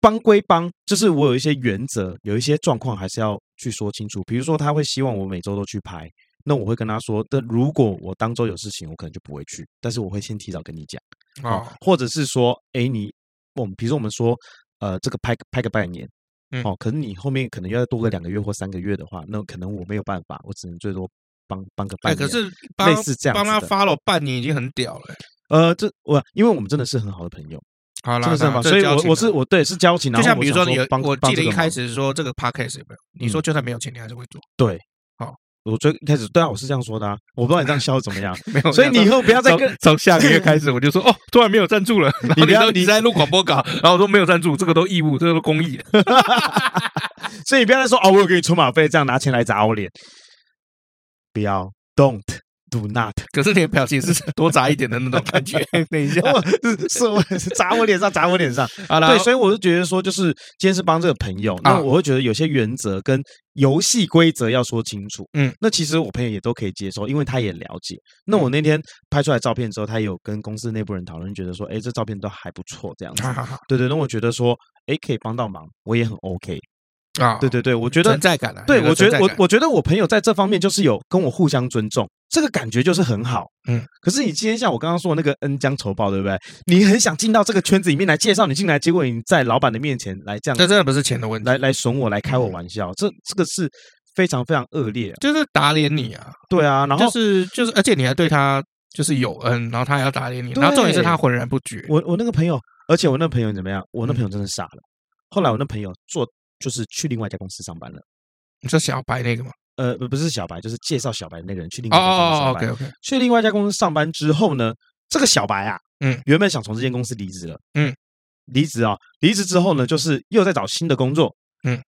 S2: 帮归帮，就是我有一些原则，有一些状况还是要去说清楚。比如说，他会希望我每周都去拍，那我会跟他说，但如果我当周有事情，我可能就不会去，但是我会先提早跟你讲
S1: 哦，
S2: 或者是说，哎，你我们比如说我们说，呃，这个拍拍个半年。
S1: 嗯
S2: 哦，可是你后面可能要再多个两个月或三个月的话，那可能我没有办法，我只能最多帮帮个半
S1: 哎，
S2: 年。
S1: 可是帮
S2: 似这样
S1: 帮他
S2: 子的
S1: follow 半年已经很屌了。
S2: 呃，这我因为我们真的是很好的朋友，
S1: 好
S2: 真
S1: 啦，
S2: 的是很
S1: 那
S2: 好，
S1: 这
S2: 所以
S1: 交
S2: 我
S1: 情
S2: 我
S1: 啊
S2: 是我对是交情。然
S1: 就
S2: 后
S1: 像
S2: 我
S1: 比如
S2: 想
S1: 说你有
S2: 帮，
S1: 我
S2: 帮
S1: 记
S2: 这
S1: 得
S2: 个
S1: 一
S2: 忙
S1: 开始说这个嗯 podcast 有没有？你说就算没有钱，你还是会做，
S2: 我最一开始对啊，我是这样说的啊，我不知道你这样笑是怎么 样，
S1: 没有。
S2: 所以你以后不要再
S1: 从
S2: 跟
S1: 从下个月开始，我就说哦，突然没有赞助了，然后
S2: 不
S1: 你
S2: 要
S1: 都你在录广播稿，然后我说没有赞助，这个都义务，这个都公益。
S2: 所以你不要再说哦，我有给你出马费，这样拿钱来砸我脸，不要，don't do not，
S1: 可是你的表情是多砸一点的那种感觉。 等一下，
S2: 我哦是是我是砸我脸上，砸我脸上。
S1: 好了
S2: 对，，所以我就觉得说，就是今天是帮这个朋友，
S1: 啊
S2: 那我会觉得有些原则跟游戏规则要说清楚。
S1: 嗯，
S2: 那其实我朋友也都可以接受，因为他也了解。那我那天拍出来照片之后，他也有跟公司内部人讨论，觉得说，哎，这照片都还不错，这样子
S1: 好。好好
S2: 对对，那我觉得说，哎，可以帮到忙，我也很 OK。
S1: 啊，
S2: 对对对，我觉得
S1: 存，在感啊，
S2: 对
S1: 有个
S2: 我觉
S1: 存
S2: 得
S1: 在
S2: 我
S1: 感
S2: 我觉得我朋友在这方面就是有跟我互相尊重，这个感觉就是很好。
S1: 嗯，
S2: 可是你今天像我刚刚说的那个恩将仇报，对不对？你很想进到这个圈子里面来介绍你进来，结果你在老板的面前来这样
S1: 这真的不是嗯钱的问题，
S2: 来来损我，来开我玩笑，这这个是非常非常恶劣啊。
S1: 就是打脸你啊，
S2: 对啊，然后
S1: 就是就是，而且你还对他就是有恩，然后他还要打脸你，然后重点是他浑然不觉。
S2: 我我那个朋友，而且我那个朋友怎么样？我那
S1: 嗯
S2: 朋友真的傻了。后来我那朋友做就是去另外一家公司上班了。
S1: 你说小白那个吗？
S2: 呃，不不是小白，就是介绍小白的那个人去另
S1: 哦
S2: 外一家公司
S1: 哦
S2: 上
S1: ，OK
S2: 班。
S1: OK，
S2: 去另外一家公司上班之后呢，这个小白啊，
S1: 嗯，
S2: 原本想从这间公司离职了，
S1: 嗯，
S2: 离职啊，离职之后呢，就是又在找新的工作，
S1: 嗯，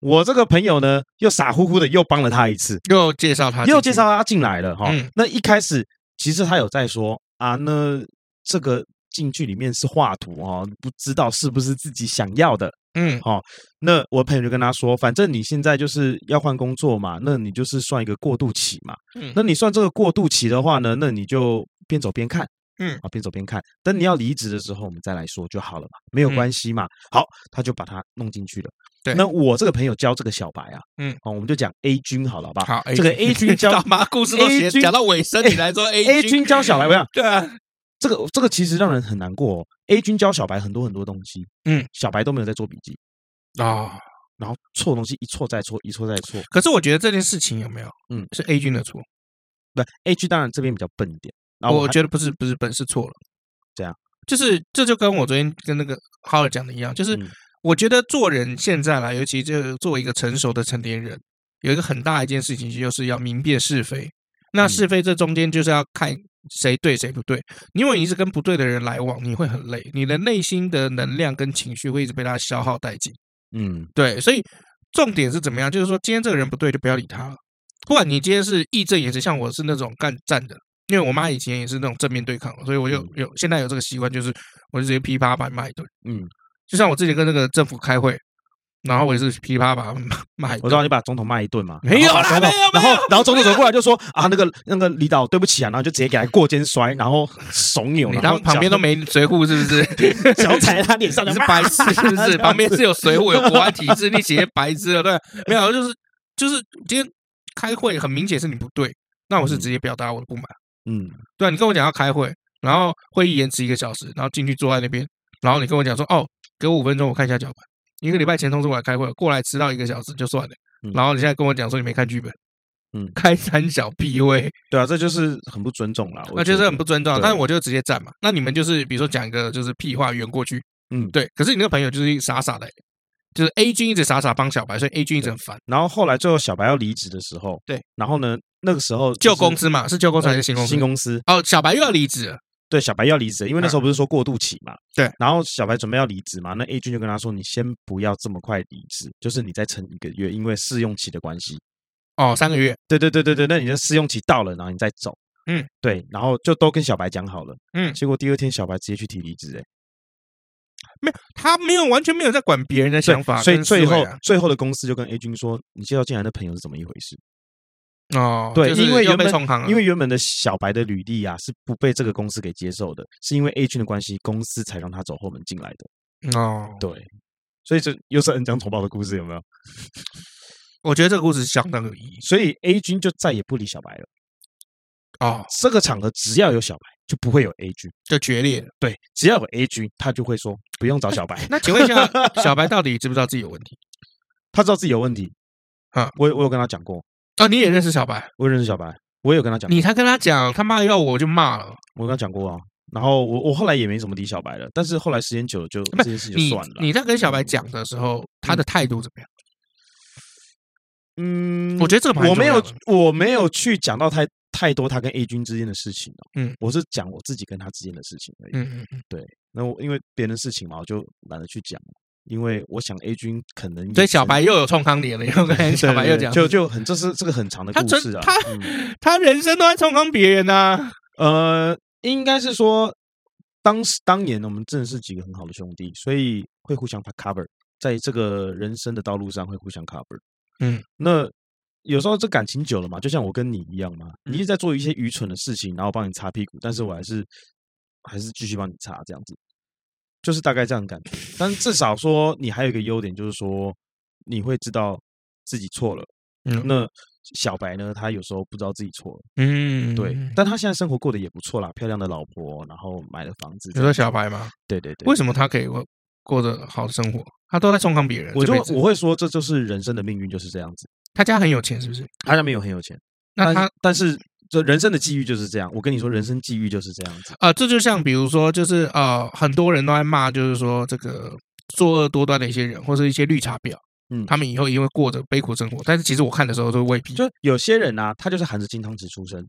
S2: 我这个朋友呢，又傻乎乎的又帮了他一次，
S1: 又介绍他，
S2: 又介绍他进来了哈
S1: 嗯。
S2: 那一开始其实他有在说啊，那这个进去里面是画图哦，不知道是不是自己想要的，
S1: 嗯，
S2: 那我朋友就跟他说，反正你现在就是要换工作嘛，那你就是算一个过渡期嘛。
S1: 嗯
S2: 那你算这个过渡期的话呢，那你就边走边看，
S1: 嗯
S2: 啊，边走边看。等你要离职的时候，我们再来说就好了嘛，没有
S1: 嗯
S2: 关系嘛。好，他就把他弄进去了。
S1: 对
S2: 那我这个朋友教这个小白啊，
S1: 嗯，
S2: 哦，我们就讲 A 君好了，好不好？
S1: 好，
S2: 这个 A 君教
S1: 干嘛？故事都
S2: A
S1: 写
S2: 君
S1: 讲到尾声，你来说
S2: A 君教小白， 我想
S1: 对啊，
S2: 这个这个其实让人很难过、哦。A 君教小白很多很多东西，
S1: 嗯，
S2: 小白都没有在做笔记，
S1: 哦，
S2: 然后错东西一错再错，一错再错。
S1: 可是我觉得这件事情有没有，
S2: 嗯，
S1: 是 A 君的错，
S2: 不，A 区当然这边比较笨一点。然后
S1: 我
S2: 还
S1: 觉得不是不是本是错了，
S2: 怎样？
S1: 就是这就跟我昨天跟那个浩尔讲的一样，就是
S2: 嗯
S1: 我觉得做人现在啦，尤其就作为一个成熟的成年人，有一个很大一件事情就是要明辨是非。那
S2: 嗯
S1: 是非这中间就是要看谁对谁不对，因为你一直跟不对的人来往，你会很累，你的内心的能量跟情绪会一直被他消耗殆尽。
S2: 嗯
S1: 对，所以重点是怎么样？就是说，今天这个人不对，就不要理他了。不管你今天是义正言辞，像我是那种干站的，因为我妈以前也是那种正面对抗，所以我有有现在有这个习惯，就是我就直接噼啪把骂一顿。
S2: 嗯，
S1: 就像我之前跟那个政府开会，然后我也是噼啪把他们骂骂一
S2: 我
S1: 顿
S2: 知。道你把总统骂一顿嘛，
S1: 没有
S2: 然
S1: 啦
S2: 后把总统然
S1: 没有没有
S2: 后然后总统走过来就说啊，那个那个李导对不起啊，然后就直接给他过肩摔，然后手扭，
S1: 你
S2: 然后
S1: 当旁边都
S2: 脚
S1: 没随护是不 是？
S2: 脚踩他脸上，
S1: 你是
S2: 然后
S1: 白痴是不
S2: 这样
S1: 是？
S2: 子
S1: 旁边是有水火有国安体制，你写白痴了对？没有，就是就是今天开会很明显是你不对，那我是直接表达我的不满。
S2: 嗯，
S1: 对啊，你跟我讲要开会，然后会议延迟一个小时，然后进去坐在那边，然后你跟我讲说，哦，给我五分钟，我看一下脚本。一个礼拜前通知我来开会，过来迟到一个小时就算了。
S2: 嗯
S1: 然后你现在跟我讲说你没看剧本，
S2: 嗯
S1: 开三小闭会，
S2: 对啊，这就是很不尊重了，
S1: 那就是很不
S2: 不
S1: 尊重。啊
S2: 对
S1: 但是我就直接站嘛。那你们就是比如说讲一个就是屁话圆过去，
S2: 嗯对。
S1: 对。可是你那个朋友就是傻傻的，就是 A 君一直傻傻帮小白，所以 A 君一直很烦。
S2: 然后后来最后小白要离职的时候，
S1: 对，
S2: 然后呢，那个时候呃
S1: 旧公司嘛，是旧公司还是新公司？
S2: 新公司
S1: 哦，小白又要离职了，
S2: 对，小白要离职，因为那时候不是说过渡期嘛。
S1: 嗯对
S2: 然后小白准备要离职嘛，那 A 君就跟他说：“你先不要这么快离职，就是你再撑一个月，因为试用期的关系。
S1: 哦，三个月，
S2: 对对对对对，那你的试用期到了，然后你再走。
S1: 嗯，
S2: 对，然后就都跟小白讲好了，
S1: 嗯
S2: 结果第二天小白直接去提离职，哎，
S1: 没有，他没有完全没有在管别人的想法
S2: 所以
S1: 跟思维
S2: 最
S1: 啊，
S2: 后最后的公司就跟 A 君说，你介绍进来的朋友是怎么一回事？
S1: 哦，
S2: 对，
S1: 就是
S2: 因为
S1: 又
S2: 原
S1: 被
S2: 本
S1: 冲康了，
S2: 因为原本的小白的履历啊是不被这个公司给接受的，是因为 A 君的关系，公司才让他走后门进来的。
S1: 哦，
S2: 对，所以这又是恩将仇报的故事，有没有？
S1: 我觉得这个故事相当有意义
S2: 所以 A 君就再也不理小白了。
S1: 哦，
S2: 这个场合只要有小白，就不会有 A 君。
S1: 就决裂了。
S2: 对，只要有 A 君，他就会说不用找小白，
S1: 那请问 一下，小白到底知不知道自己有问题？
S2: 他知道自己有问题。
S1: 啊，
S2: 我有我有跟他讲过，
S1: 哦，你也认识小白，
S2: 我认识小白，我也有跟他讲，
S1: 你才跟他讲，他妈要我就骂了。
S2: 我跟他讲过啊。然后我我后来也没怎么理小白了，但是后来时间久了就
S1: 啊不
S2: 这件事情就
S1: 你
S2: 算了。
S1: 你在跟小白讲的时候，他的态度怎么样？
S2: 嗯，
S1: 我觉得这个蛮
S2: 我没有
S1: 重要的
S2: 我没有去讲到太太多他跟 A 君之间的事情哦。
S1: 嗯，
S2: 我是讲我自己跟他之间的事情而已。
S1: 嗯嗯嗯，
S2: 那我因为别人的事情嘛，我就懒得去讲了，因为我想 A 君可能也
S1: 所以小
S2: 是
S1: 白又有冲康你了，又跟
S2: 对
S1: 小白又
S2: 对
S1: 讲，
S2: 就就很这是这个很长的
S1: 他
S2: 故
S1: 真
S2: 事啊。
S1: 他
S2: 嗯
S1: 他人生都在冲康别人啊。
S2: 呃，应该是说当时当年我们真的是几个很好的兄弟，所以会互相 cover，在这个人生的道路上会互相 cover。
S1: 嗯，
S2: 那有时候这感情久了嘛，就像我跟你一样嘛，
S1: 嗯
S2: 你一直在做一些愚蠢的事情，然后我帮你擦屁股，但是我还是还是继续帮你擦这样子。就是大概这样的感觉，但是至少说你还有一个优点，就是说你会知道自己错了。
S1: 嗯
S2: 那小白呢，他有时候不知道自己错了，
S1: 嗯，
S2: 对
S1: 嗯，
S2: 但他现在生活过得也不错啦，漂亮的老婆，然后买了房子
S1: 你
S2: 这样。
S1: 说小白吗？
S2: 对对对，
S1: 为什么他可以过过着好的生活？他都在冲康别人，
S2: 我
S1: 这
S2: 就
S1: 辈子
S2: 我会说这就是人生的命运就是这样子。
S1: 他家很有钱，是不是？
S2: 他家没有很有钱，
S1: 那
S2: 但
S1: 他
S2: 是但是这人生的际遇就是这样。我跟你说，人生际遇就是这样子。
S1: 啊，这就像比如说，就是呃，很多人都在骂，就是说这个作恶多端的一些人，或是一些绿茶婊，
S2: 嗯
S1: 他们以后也会过着悲苦生活。但是其实我看的时候都未必，
S2: 就有些人啊，他就是含着金汤匙出生，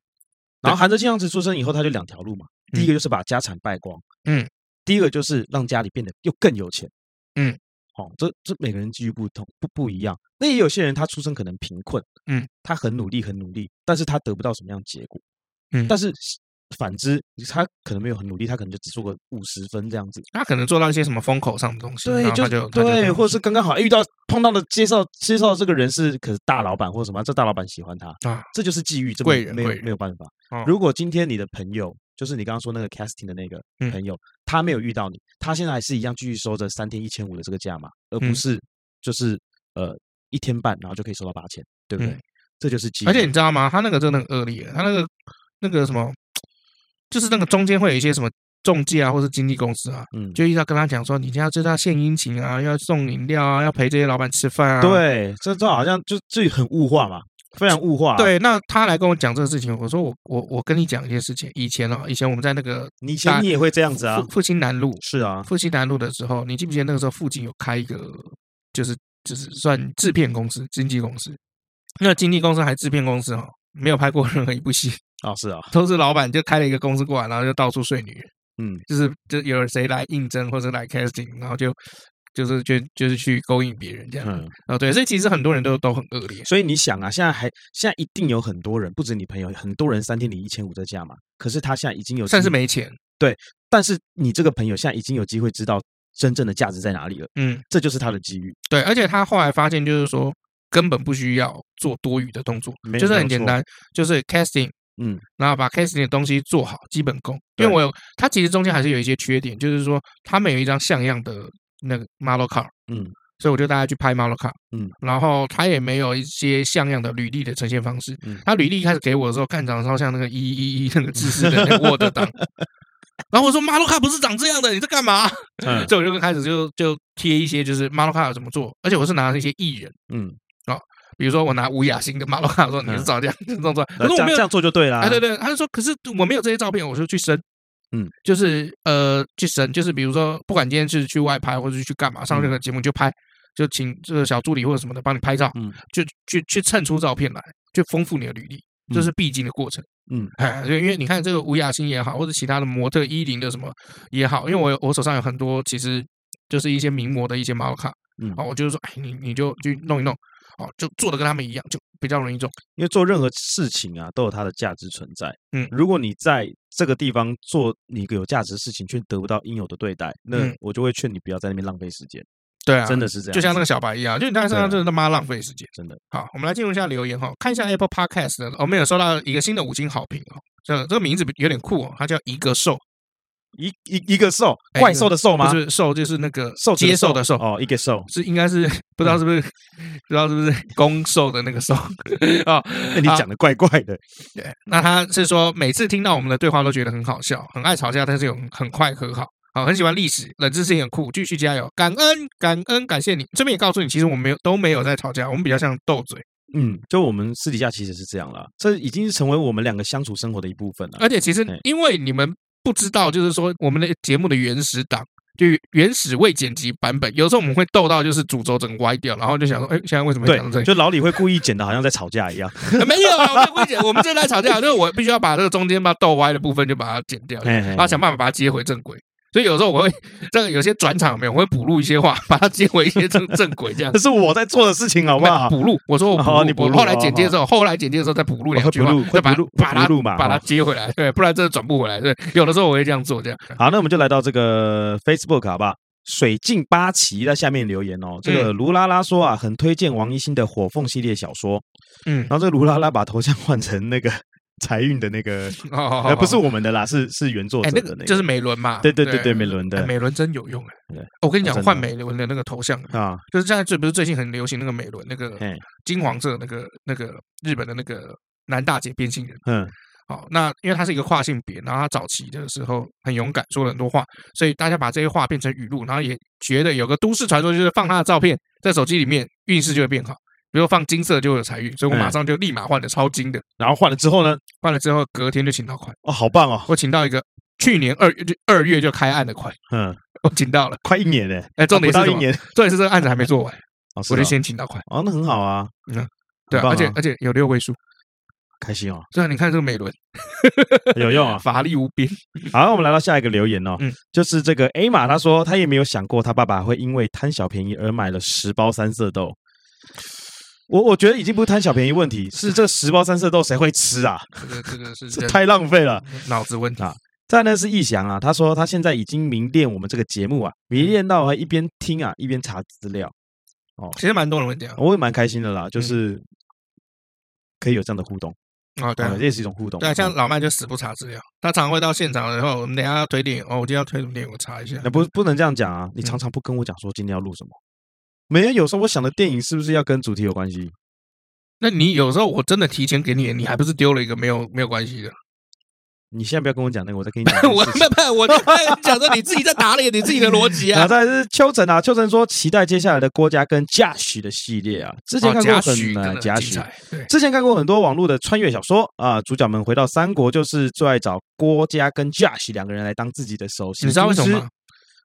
S2: 然后含着金汤匙出生以后，他就两条路嘛。
S1: 嗯
S2: 第一个就是把家产败光，
S1: 嗯，
S2: 第一个就是让家里变得又更有钱，
S1: 嗯，
S2: 哦，这这每个人际遇不同，不不一样。那也有些人他出生可能贫困，
S1: 嗯，
S2: 他很努力很努力，但是他得不到什么样的结果，
S1: 嗯
S2: 但是反之，他可能没有很努力，他可能就只做个五十分这样子，
S1: 他可能做到一些什么风口上的东西，然
S2: 对，
S1: 后他就他就
S2: 对，
S1: 当
S2: 或者是刚刚好遇到碰到的介绍介绍这个人是可是大老板或者什么，这大老板喜欢他
S1: 啊，
S2: 这就是际遇，这
S1: 贵
S2: 没
S1: 人
S2: 没有
S1: 贵人
S2: 没有办法
S1: 哦。
S2: 如果今天你的朋友就是你刚刚说那个 casting 的那个
S1: 嗯
S2: 朋友，他没有遇到你，他现在还是一样继续收着三天一千五的这个价嘛，而不
S1: 嗯
S2: 是就是呃一天半然后就可以收到八千，对不对
S1: 嗯？
S2: 这就是际遇，
S1: 而且你知道吗？他那个真的很恶劣，他那个那个什么，就是那个中间会有一些什么中介啊，或是经纪公司啊，
S2: 嗯，
S1: 就一直要跟他讲说，你现在就是要献殷勤啊，要送饮料啊，要陪这些老板吃饭啊。
S2: 对，这这好像就这很物化嘛，非常物化。，
S1: 对，那他来跟我讲这个事情，我说我我我跟你讲一件事情，以前哦，以前我们在那个
S2: 你以
S1: 大
S2: 前你也会这样子啊
S1: 复，复兴南路，
S2: 是啊，
S1: 复兴南路的时候，你记不记得那个时候附近有开一个，就是就是算制片公司、经纪公司，那经纪公司还制片公司哦，没有拍过任何一部戏，
S2: 啊是啊，
S1: 都是老板就开了一个公司过来，然后就到处睡女人，
S2: 嗯，
S1: 就是就有谁来应征或者来 casting，然后就就是就就是去勾引别人这样。
S2: 嗯。
S1: 哦，对，所以其实很多人都都很恶劣。
S2: 所以你想啊，现在还现在一定有很多人，不止你朋友，很多人三天领一千五在家嘛。可是他现在已经有，
S1: 算是，没钱，
S2: 但是你这个朋友现在已经有机会知道真正的价值在哪里了，
S1: 嗯，
S2: 这就是他的机遇。
S1: 对，而且他后来发现，就是说根本不需要做多余的动作
S2: 没，有
S1: 就是
S2: 没有
S1: 很简
S2: 错
S1: 单，就是 casting，
S2: 嗯，
S1: 然后把 casting 的东西做好基本功。因为
S2: 对
S1: 我有，他其实中间还是有一些缺点，就是说他们有一张像样的那个 model card，
S2: 嗯，
S1: 所以我就带他去拍 model card，
S2: 嗯，
S1: 然后他也没有一些像样的履历的呈现方式
S2: 嗯，
S1: 他履历一开始给我的时候，看长得超像那个一一一那个知识的那个 Word 档。然后我说马洛卡不是长这样的，你在干嘛？
S2: 嗯
S1: 所以我就开始就就贴一些就是马洛卡怎么做，而且我是拿一些艺人，
S2: 嗯，
S1: 比如说我拿吴雅欣的马洛卡说你是照这样这样做，可
S2: 那
S1: 是
S2: 这
S1: 我
S2: 样
S1: 没
S2: 这
S1: 有
S2: 样做就对啦。
S1: 哎，对对，他就说可是我没有这些照片，我就去生，
S2: 啊嗯，
S1: 就是呃去生，就是比如说不管今天是去外拍或者是去干嘛，
S2: 嗯
S1: 上任何节目就拍，就请这个小助理或者什么的帮你拍照，
S2: 嗯，
S1: 就去去衬出照片来，去丰富你的履历，这是必经的过程。
S2: 嗯，
S1: 哎，对，因为你看这个吴雅欣也好，或者其他的模特一零的什么也好，因为我有我手上有很多其实就是一些名模的一些毛卡，
S2: 嗯
S1: 哦，我就是说，哎，你你就去弄一弄，哦，就做的跟他们一样，就比较容易中。
S2: 因为做任何事情啊，都有它的价值存在。
S1: 嗯
S2: 如果你在这个地方做你有价值的事情，却得不到应有的对待，那
S1: 嗯
S2: 我就会劝你不要在那边浪费时间。
S1: 对啊，
S2: 真的是这样，
S1: 就像那个小白一样，就你在身上真的他妈浪费时间。
S2: 真的
S1: 好，我们来进入一下留言哈，看一下 Apple Podcast 的，我们有收到一个新的五星好评哦，这这个名字有点酷哦，它叫一个兽，
S2: 一一一个兽，
S1: 哎
S2: 怪兽的兽吗？
S1: 不是兽就是那个
S2: 兽子
S1: 接受的兽。
S2: 哦，嗯一个兽。
S1: 是应该是不知道是不是、不知道是不是攻受的那 个受啊？
S2: 那哎你
S1: 好
S2: 讲的怪怪的，
S1: 对，那他是说每次听到我们的对话都觉得很好笑，很爱吵架，但是又很很快和好。好，很喜欢历史，冷知识也很酷，继续加油，感恩感恩，感谢你。这边也告诉你，其实我们没有都没有在吵架，我们比较像斗嘴，
S2: 嗯，就我们私底下其实是这样啦，这已经是成为我们两个相处生活的一部分了。
S1: 而且其实
S2: 哎
S1: 因为你们不知道，就是说我们的节目的原始档。就原始未剪辑版本，有时候我们会斗到就是主轴整个歪掉，然后就想说，哎，现在为什 么会
S2: 对
S1: 讲到这，里？
S2: 就老李会故意剪的好像在吵架一 样。
S1: 没有啊，我们会剪，我们正在吵架，就是我必须要把这个中间把它逗歪的部分就把它剪掉，
S2: 嘿嘿
S1: 然后想办法把它接回正轨。所以有时候我会这个有些转场有没有，我会补录一些话，把它接回一些正 正轨，这样
S2: 这是我在做的事情，好不 好？
S1: 补录，我说我补录，
S2: 哦你补录
S1: 我后来剪接的时候，后来剪接的时候再补录两句话
S2: 会补录，
S1: 再把
S2: 会补录
S1: 把它
S2: 会补录嘛
S1: 把它
S2: 哦
S1: 接回来，对，不然真的转不回来。对，有的时候我会这样做，这样。
S2: 好，那我们就来到这个 Facebook 好不好？水镜八旗在下面留言哦，这个
S1: 嗯
S2: 卢拉拉说啊，很推荐王一新的《火凤》系列小说。
S1: 嗯
S2: 然，后这个卢拉拉把头像换成那个 财运的那个，
S1: 哦好好
S2: 呃，
S1: 好，
S2: 不是我们的啦，是是原作
S1: 哎
S2: 者，
S1: 那
S2: 的
S1: 个
S2: 那个，
S1: 就是美伦嘛，
S2: 对对对对，美伦
S1: 哎
S2: 的
S1: 美伦真有用哎
S2: 对。
S1: 我跟
S2: 哦
S1: 你讲，
S2: 真的
S1: 换美伦的那个头像，
S2: 啊，
S1: 就是现在最不是最近很流行那个美伦那个
S2: 嘿
S1: 金黄色那个那个日本的那个男大姐变性人。
S2: 嗯，
S1: 好，那因为他是一个跨性别，然后他早期的时候很勇敢，说了很多话，所以大家把这些话变成语录，然后也觉得有个都市传说就是放他的照片在手机里面，运势就会变好。比如放金色就有财运，所以我马
S2: 嗯
S1: 上就立马换了超金的，
S2: 然后换了之后呢，
S1: 换了之后隔天就请到款，
S2: 哦，好棒哦，
S1: 我请到一个去年二月就二月就开案的款，
S2: 嗯，
S1: 我请到了。
S2: 快一年嘞，
S1: 哎，重
S2: 啊不
S1: 点是
S2: 到
S1: 什
S2: 一
S1: 么？
S2: 年，
S1: 重点是这个案子还没做完，
S2: 哦，是
S1: 我就
S2: 哦
S1: 先请到款，
S2: 哦，那很好啊，
S1: 对啊，
S2: 很棒啊
S1: 而且而且有六位数，
S2: 开心哦，
S1: 对啊，你看这个美轮
S2: 有用 啊。
S1: 法力无边，
S2: 好，我们来到下一个留言哦，
S1: 嗯
S2: 就是这个 A 玛，他说他也没有想过他爸爸会因为贪小便宜而买了十包三色豆。我我觉得已经不是贪小便宜问 题，是这十包三色豆谁会吃啊？
S1: 这个这个是
S2: 这
S1: 人
S2: 太浪费了。
S1: 脑子问题。
S2: 再来呢是逸翔啊，他说他现在已经迷恋我们这个节目啊，迷恋到还一边听啊一边查资料，
S1: 其实蛮多人会这样
S2: 我也蛮开心的啦，就是可以有这样的互动，
S1: 啊，嗯对啊
S2: 啊，这也是一种互动。
S1: 对啊，像
S2: 嗯
S1: 老麦就死不查资料，他常会到现场然后，我们等一下要推电影哦，我今天要推什么电影，我查一下
S2: 那。不不能这样讲啊，你
S1: 嗯
S2: 常常不跟我讲说今天要录什么，没啊有，有时候我想的电影是不是要跟主题有关系？
S1: 那你有时候我真的提前给你，你还不是丢了一个没有没有关 系的？
S2: 你现在不要跟我讲那个，我再跟你讲。
S1: 我不不，我就 在讲说你自己在打脸你自己的逻辑
S2: 然
S1: 啊
S2: 后。再来是秋晨啊，秋晨说期待接下来的郭嘉跟嘉许的系列啊，之前
S1: 哦
S2: 看
S1: 贾
S2: 过
S1: 诩
S2: 很
S1: 真的
S2: 呃
S1: 很
S2: 嘉
S1: 精
S2: 许，
S1: 彩，对，
S2: 之前看过很多网络的穿越小说啊，主角们回到三国就是最爱找郭嘉跟嘉许两个人来当自己的手心。
S1: 你知道为什么吗？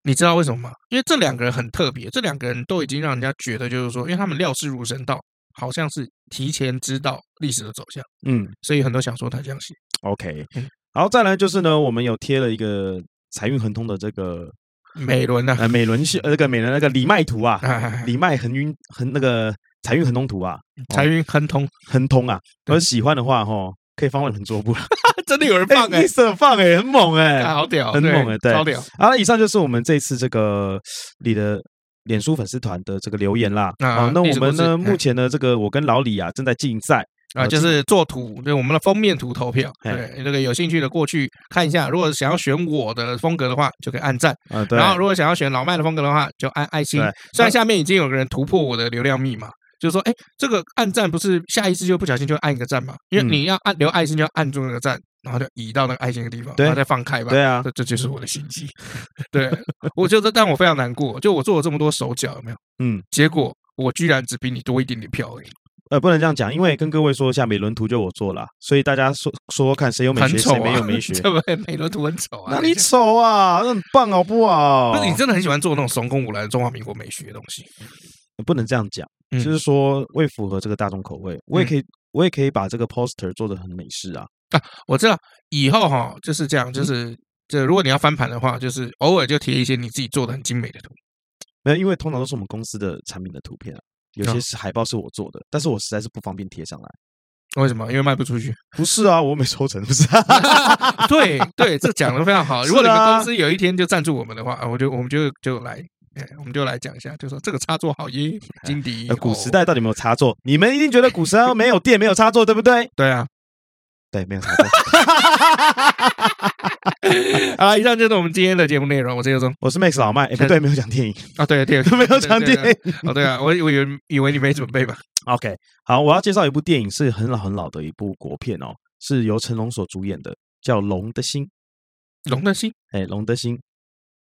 S1: 你知道为什么吗？因为这两个人很特别，这两个人都已经让人家觉得就是说，因为他们料事如神到，好像是提前知道历史的走向，
S2: 嗯
S1: 所以很多小说才这样写。
S2: ，OK，
S1: 嗯
S2: 然后再来就是呢，我们有贴了一个财运亨通的这个
S1: 美伦呢？
S2: 呃美伦系呃那个美伦那个李麦图 啊，
S1: 哎
S2: 李麦恒运恒那个财运亨通图啊，
S1: 财运亨通，
S2: 亨通啊，
S1: 对
S2: 而喜欢的话哈，可以放我很桌布了。
S1: 真的有人
S2: 哎
S1: 放哎
S2: 一，色放哎、很猛哎、
S1: 啊好屌，
S2: 很
S1: 对
S2: 猛欸对
S1: 超屌。啊
S2: 好了，以上就是我们这次这个你的脸书粉丝团的这个留言啦。
S1: 啊
S2: 啊，那
S1: 历
S2: 我
S1: 史
S2: 们
S1: 故事
S2: 呢，
S1: 嗯
S2: 目前呢，这个我跟老李啊正在竞赛，
S1: 啊，
S2: 呃
S1: 就
S2: 基
S1: 是做图，对我们的封面图投票。
S2: 哎
S1: 对，这个有兴趣的过去看一下。如果想要选我的风格的话，就可以按赞；
S2: 啊，对，
S1: 然后如果想要选老麦的风格的话，就按爱心
S2: 对。
S1: 虽然下面已经有个人突破我的流量密码，就是说，哎，这个按赞不是下意识就不小心就按一个赞嘛？因为
S2: 嗯
S1: 你要按留爱心，就要按住那个赞，然后就移到那个爱心的地方，
S2: 对
S1: 然后再放开吧。
S2: 对啊，
S1: 这这就是我的心机。对，我觉得但我非常难过，就我做了这么多手脚，有没有？
S2: 嗯，
S1: 结果我居然只比你多一点点票而已，
S2: 呃，不能这样讲，因为跟各位说一下，美轮图就我做了，所以大家说说说看，谁有美
S1: 很
S2: 学，
S1: 丑
S2: 谁
S1: 啊！
S2: 没有美 学，
S1: 这不美轮图很丑啊？
S2: 哪里丑啊？那很棒好不好？
S1: 不是你真的很喜欢做那种怂恿我来的中华民国美学的东西，
S2: 不能这样讲，
S1: 嗯
S2: 就是说为符合这个大众口味，我也可以，我也可以把这个 poster 做的很美式啊。
S1: 我知道以后哈就是这
S2: 嗯
S1: 样，就是就如果你要翻盘的话，就是偶尔就贴一些你自己做的很精美的图。
S2: 没有，因为通常都是我们公司的产品的图片啊，有些是海报是我做的，但是我实在是不方便贴上来。
S1: 为什么？因为卖 不出去。
S2: 不是啊，我没抽成，不是、啊。
S1: 对对，这讲的非常 好。
S2: 是
S1: 如果你们
S2: 啊
S1: 公司有一天就赞助我们的话，啊我就我们就就来，哎我们就来讲一下，就说这个插座 好耶，金迪
S2: 呃，古时
S1: 哦
S2: 代到底有没有插座？你们一定觉得古时代没有电、没有插座，对不对？
S1: 对啊。
S2: 对，没有插座。
S1: 好了，以上就是我们今天的节目内容。我是尤忠
S2: 我是 Max 老麦，哎，不对，没有讲电影，
S1: 啊， 对对，
S2: 没有讲
S1: 对
S2: 电
S1: 对
S2: 影。
S1: 哦，对啊，我以为以为你没准备吧？
S2: OK，好，我要介绍一部电影，是很老很老的一部国片哦，是由成龙所主演的，叫《龙的心》。
S1: 龙的心，
S2: 哎，《龙的心》，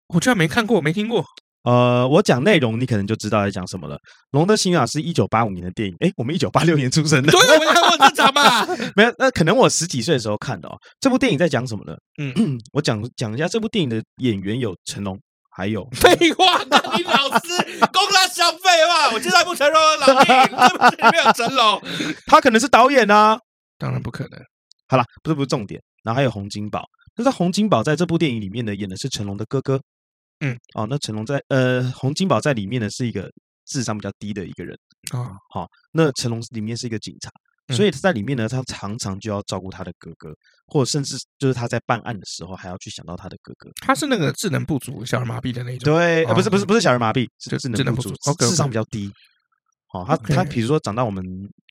S1: 我居然没看过，没听过。
S2: 呃，我讲内容，你可能就知道在讲什么了。《龙的心》啊，是一九八五年的电影。哎，我们一九八六年出生的，
S1: 对，啊我没看过，正常吧？
S2: 没有，那可能我十几岁的时候看的哦。这部电影在讲什么呢？
S1: 嗯
S2: 我讲讲一下这部电影的演员有成龙，还有
S1: 废话，你老师供他消费嘛？我现在不承认老弟，这不是没有成龙？
S2: 他可能是导演啊。
S1: 当然不可能。
S2: 好啦，不是不是重点，然后还有洪金宝。那在洪金宝在这部电影里面呢，演的是成龙的哥哥。
S1: 嗯，
S2: 哦，那成龙在呃，洪金宝在里面呢是一个智商比较低的一个人。
S1: 哦，
S2: 好，那成龙里面是一个警察，
S1: 嗯
S2: 所以在里面呢，他常常就要照顾他的哥哥，或者甚至就是他在办案的时候还要去想到他的哥哥。
S1: 他是那个智能不足、小儿麻痹的那种。
S2: 对，呃不是不是
S1: 哦
S2: 不是小儿麻痹，是
S1: 就
S2: 智
S1: 智
S2: 能
S1: 能
S2: 不
S1: 不
S2: 足
S1: 足，
S2: 智
S1: OK，OK
S2: 智商比较低。好，他他
S1: OK
S2: 比如说长到我们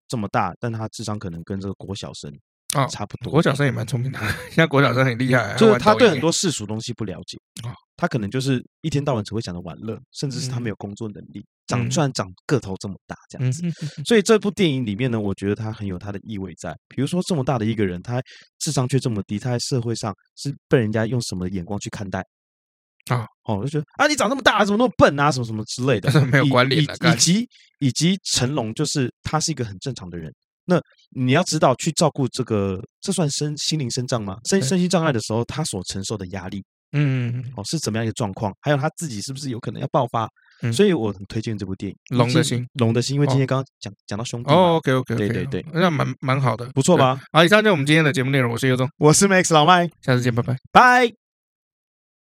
S2: 这么大，但他智商可能跟这个国小生
S1: 哦
S2: 差不多
S1: 国，小生也蛮聪明的， 现在国小生很厉害，
S2: 就
S1: 还
S2: 是
S1: 玩
S2: 他
S1: 抖
S2: 对
S1: 音
S2: 很多世俗东西不了解
S1: 哦，
S2: 他可能就是一天到晚只会想着玩乐，甚至是他没有工作能力，长
S1: 嗯
S2: 虽然长个头这么大这样
S1: 嗯
S2: 子，
S1: 哼哼哼
S2: 所以这部电影里面呢，我觉得它很有它的意味在。比如说这么大的一个人，他智商却这么低，他在社会上是被人家用什么眼光去看待？
S1: 啊，
S2: 哦，就觉得啊，你长这么大，怎么那么笨啊，什么什么之类的
S1: ，没有
S2: 以
S1: 关联
S2: 以
S1: 了干
S2: 以及以及成龙，就是他是一个很正常的人。那你要知道，去照顾这个，这算身心灵身障吗？身
S1: 对
S2: 身心障碍的时候，他所承受的压力
S1: 嗯，
S2: 哦是怎么样一个状况？还有他自己是不是有可能要爆发？
S1: 嗯
S2: 所以我很推荐这部电影
S1: 龙的
S2: 今
S1: 心
S2: 龙的心，因为今
S1: 哦
S2: 天刚刚讲、讲到兄弟嘛
S1: 哦，OK OK，
S2: 对对对
S1: 那蛮蛮好的，
S2: 不错
S1: 对？
S2: 吧？
S1: 好，以上就是我们今天的节目内容，我是尤忠，
S2: 我是 Max 老麦，
S1: 下次见，拜拜。
S2: 拜。